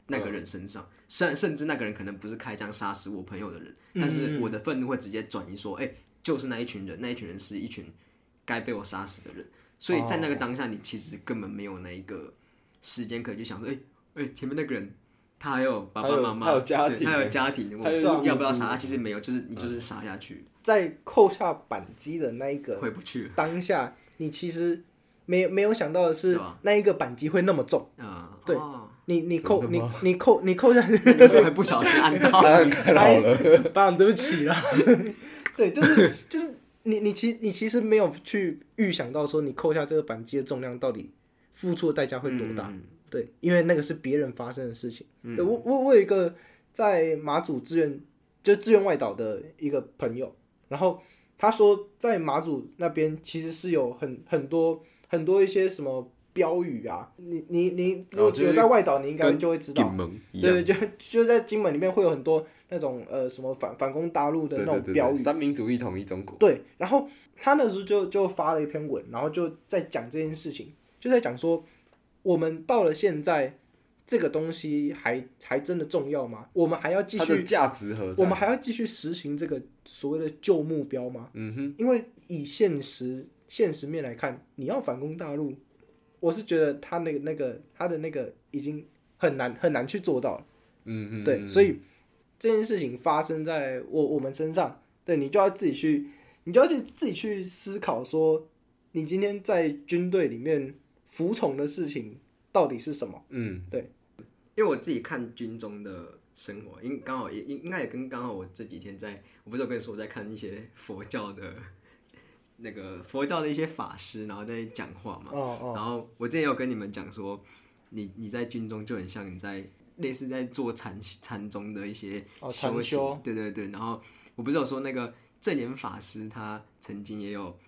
Speaker 3: 那个人身上，甚甚至那个人可能不是开枪杀死我朋友的人，但
Speaker 1: 嗯
Speaker 3: 是我的愤怒会直接转移说，哎、就是那一群人，那一群人是一群该被我杀死的人，所以在
Speaker 1: 哦
Speaker 3: 那个当下，你其实根本没有那一个时间可以去想说，哎、哎、前面那个人。他还有爸
Speaker 1: 他
Speaker 3: 爸
Speaker 1: 有
Speaker 3: 妈妈，
Speaker 1: 他有家
Speaker 3: 对
Speaker 1: 庭欸
Speaker 3: 他有家庭，我
Speaker 1: 他有啊嗯
Speaker 3: 要不要杀？他其实没有，就是你就是杀下去，
Speaker 2: 在扣下扳机的那一个
Speaker 3: 回不去了。
Speaker 2: 当下，你其实没没有想到的是
Speaker 3: 对啊，
Speaker 2: 那一个扳机会那么重。
Speaker 3: 嗯，
Speaker 2: 对
Speaker 3: 哦 <laughs>
Speaker 2: 你你扣你你扣你扣下去，
Speaker 3: 你就会不小心按
Speaker 1: <laughs>
Speaker 3: 到。
Speaker 1: 太老了，
Speaker 2: 爸，哎对不起啦。 <laughs> 对，就是就是你你其你其实没有去预想到说你扣下这个扳机的重量到底付出的代价会多大。
Speaker 1: 嗯
Speaker 2: 对，因为那个是别人发生的事情。对我我我有一个在马祖志愿就志愿外岛的一个朋友，然后他说在马祖那边其实是有很很多很多一些什么标语啊，你你你如
Speaker 1: 哦
Speaker 2: 果
Speaker 1: 就是
Speaker 2: 有在外岛，你应该就会知道。
Speaker 1: 金门一样
Speaker 2: 对，就就在金门里面会有很多那种呃什么反反攻大陆的
Speaker 1: 对
Speaker 2: 那
Speaker 1: 对
Speaker 2: 种
Speaker 1: 对
Speaker 2: 标
Speaker 1: 对，
Speaker 2: 语，
Speaker 1: 三民主义统一中国，
Speaker 2: 对，然后他那时候就就发了一篇文，然后就在讲这件事情，就在讲说，我们到了现在，这个东西还还真的重要吗？我们还要继
Speaker 1: 它的
Speaker 2: 续，
Speaker 1: 价值何在？
Speaker 2: 我们还要继续实行这个所谓的旧目标吗？
Speaker 1: 嗯哼，
Speaker 2: 因为以现实现实面来看，你要反攻大陆，我是觉得他那个那个他的那个已经很难很难去做到了。
Speaker 1: 嗯嗯，
Speaker 2: 对，所以这件事情发生在我我们身上，对你就要自己去，你就要去自己去思考说，你今天在军队里面服从的事情到底是什么？
Speaker 1: 嗯，
Speaker 3: 因为我自己看军中的生活，因刚好也应应该也跟刚好我这几天在，我不是有跟你说我在看一些佛教的， <laughs> 那个佛教的一些法师，然后在讲话嘛。
Speaker 2: 哦哦，
Speaker 3: 然后我之前有跟你们讲说，你你在军中就很像你在类似在做禅禅宗的一些
Speaker 2: 哦禅
Speaker 3: 修行，
Speaker 2: 修
Speaker 3: 对对对。然后我不是有说那个正言法师他曾经也有，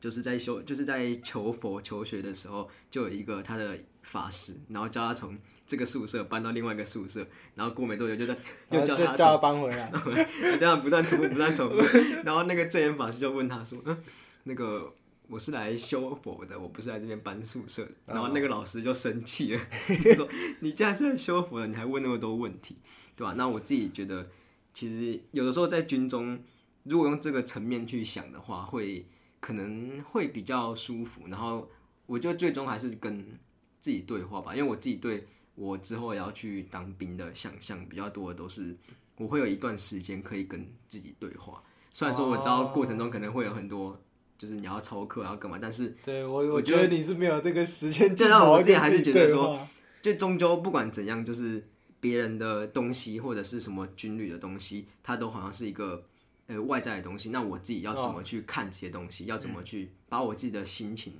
Speaker 3: 就是在修就是在求佛求学的时候，就有一个他的法师，然后叫他从这个宿舍搬到另外一个宿舍，然后过没多久就在 <laughs> 又
Speaker 2: 然后
Speaker 3: 叫
Speaker 2: 就
Speaker 3: 他
Speaker 2: 叫
Speaker 3: 从
Speaker 2: 他搬回
Speaker 3: <laughs>
Speaker 2: 来。
Speaker 3: 这样不断重复，不断重复。然后那个正言法师就问他说：“嗯，那个我是来修佛的，我不是来这边搬宿舍的。”然后那个老师就生气了，就说：“ <laughs> 你既然是来修佛的，你还问那么多问题，对吧、那我自己觉得，其实有的时候在军中，如果用这个层面去想的话，会可能会比较舒服。然后我觉得最终还是跟自己对话吧，因为我自己对我之后也要去当兵的想象比较多的都是，我会有一段时间可以跟自己对话。虽然说我知道过程中可能会有很多，就是你要操课，然后干嘛，但是
Speaker 2: 对我，
Speaker 3: 我
Speaker 2: 我
Speaker 3: 觉
Speaker 2: 觉
Speaker 3: 得
Speaker 2: 得你是没有这个时间去
Speaker 3: 对但
Speaker 2: 好好
Speaker 3: 我自己
Speaker 2: 跟
Speaker 3: 还是
Speaker 2: 自己
Speaker 3: 觉得
Speaker 2: 对
Speaker 3: 说
Speaker 2: 话，
Speaker 3: 就终究不管怎样，就是别人的东西或者是什么军旅的东西，它都好像是一个呃外在的东西。那我自己要
Speaker 2: 哦
Speaker 3: 怎么去看这些东西？要怎
Speaker 2: 嗯
Speaker 3: 么去把我自己的心情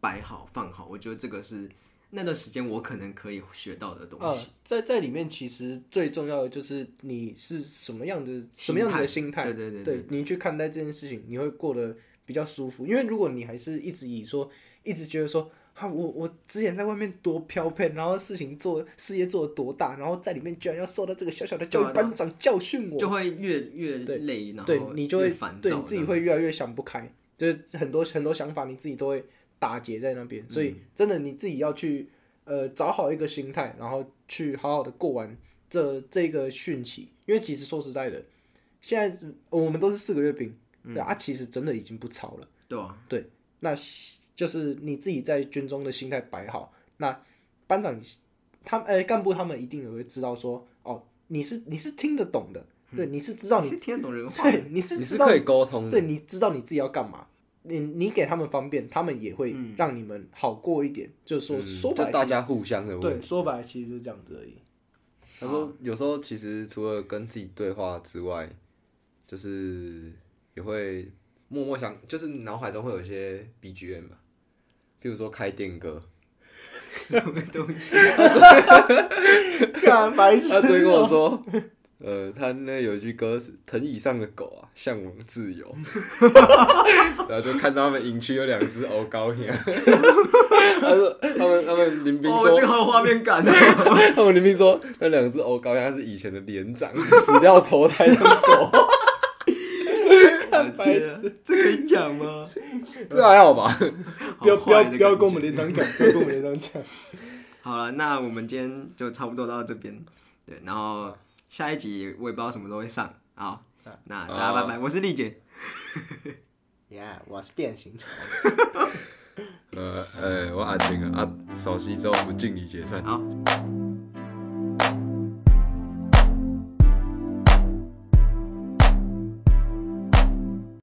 Speaker 3: 摆好放好？我觉得这个是那段时间我可能可以学到的东
Speaker 2: 嗯
Speaker 3: 西。，
Speaker 2: 在在里面其实最重要的就是你是什么样的什么样子的心态，
Speaker 3: 对对对
Speaker 2: 对你去看待这件事情，你会过得比较舒服。因为如果你还是一直以说，一直觉得说啊，我我之前在外面多飘配，然后事情做事业做得多大，然后在里面居然要受到这个小小的教
Speaker 3: 对
Speaker 2: 育
Speaker 3: 啊对啊
Speaker 2: 班长教训我，
Speaker 3: 就会越越累，然后
Speaker 2: 对你就
Speaker 3: 越
Speaker 2: 会
Speaker 3: 烦
Speaker 2: 对
Speaker 3: 躁
Speaker 2: 你自
Speaker 3: 这
Speaker 2: 己
Speaker 3: 样
Speaker 2: 会越来越想不开，就是很多很多想法你自己都会打结在那边，
Speaker 3: 嗯
Speaker 2: 所以真的你自己要去呃找好一个心态，然后去好好的过完这这个汛期，因为其实说实在的，现在是我们都是四个月兵，
Speaker 3: 嗯
Speaker 2: 对啊，其实真的已经不超了，
Speaker 3: 对啊，
Speaker 2: 那就是你自己在军中的心态摆好，那班长他们呃干部他们一定也会知道说哦，你是你是听得懂的。对，你是知道
Speaker 3: 你
Speaker 2: 你
Speaker 3: 嗯是听得懂人话的，
Speaker 2: 嗯对，你是
Speaker 1: 你
Speaker 2: 知
Speaker 1: 是
Speaker 2: 道
Speaker 1: 可以沟通的
Speaker 2: 对，，你知道你自己要干嘛，你你给他们方便，他们也会让你们好过一点。就是说，
Speaker 1: 嗯
Speaker 2: 说
Speaker 1: 就
Speaker 2: 白
Speaker 1: 大
Speaker 2: 了，
Speaker 1: 家互相的问
Speaker 2: 对，。说白了其实就是这样子而已。 <laughs>
Speaker 1: 他
Speaker 2: 哦
Speaker 1: 说，有时候其实除了跟自己对话之外，就是也会默默想，就是脑海中会有一些 BGM 吧，比如说开电歌，
Speaker 3: 什么东
Speaker 2: <laughs>
Speaker 3: 西？
Speaker 2: 干白痴哦
Speaker 1: 他昨天跟我说，
Speaker 3: 哦
Speaker 1: 呃，他那有一句歌是“藤椅上的狗啊，向往
Speaker 3: <laughs>
Speaker 1: 自由”，然后就看到他们营区有两只欧高
Speaker 3: <laughs>
Speaker 1: 鸭，他说他们他们林兵
Speaker 3: 哦
Speaker 1: 说，，
Speaker 3: 这个好有画面感
Speaker 2: <laughs>
Speaker 3: 哦。
Speaker 1: <laughs> 他们林兵说那两只欧高鸭是以前的连长死掉投胎的
Speaker 3: <laughs>
Speaker 1: 狗，
Speaker 3: 我的天啊这可以讲吗？
Speaker 1: 这还好吧？
Speaker 2: 不要
Speaker 3: 好
Speaker 2: 不要
Speaker 3: 坏的
Speaker 2: 不要
Speaker 3: 感
Speaker 2: 跟我们
Speaker 3: 觉
Speaker 2: 连长讲，不要跟我们连长
Speaker 1: <laughs>
Speaker 2: 讲。
Speaker 3: 好了，那我们今天就差不多到这边，对，然后下一集我也不知道什么时候会上，好，那大家拜拜，我是丽姐，
Speaker 2: Yeah，我是变形虫。
Speaker 1: 哎呃呃，我阿静啊，啊，扫息之后不敬礼解散。
Speaker 3: 好。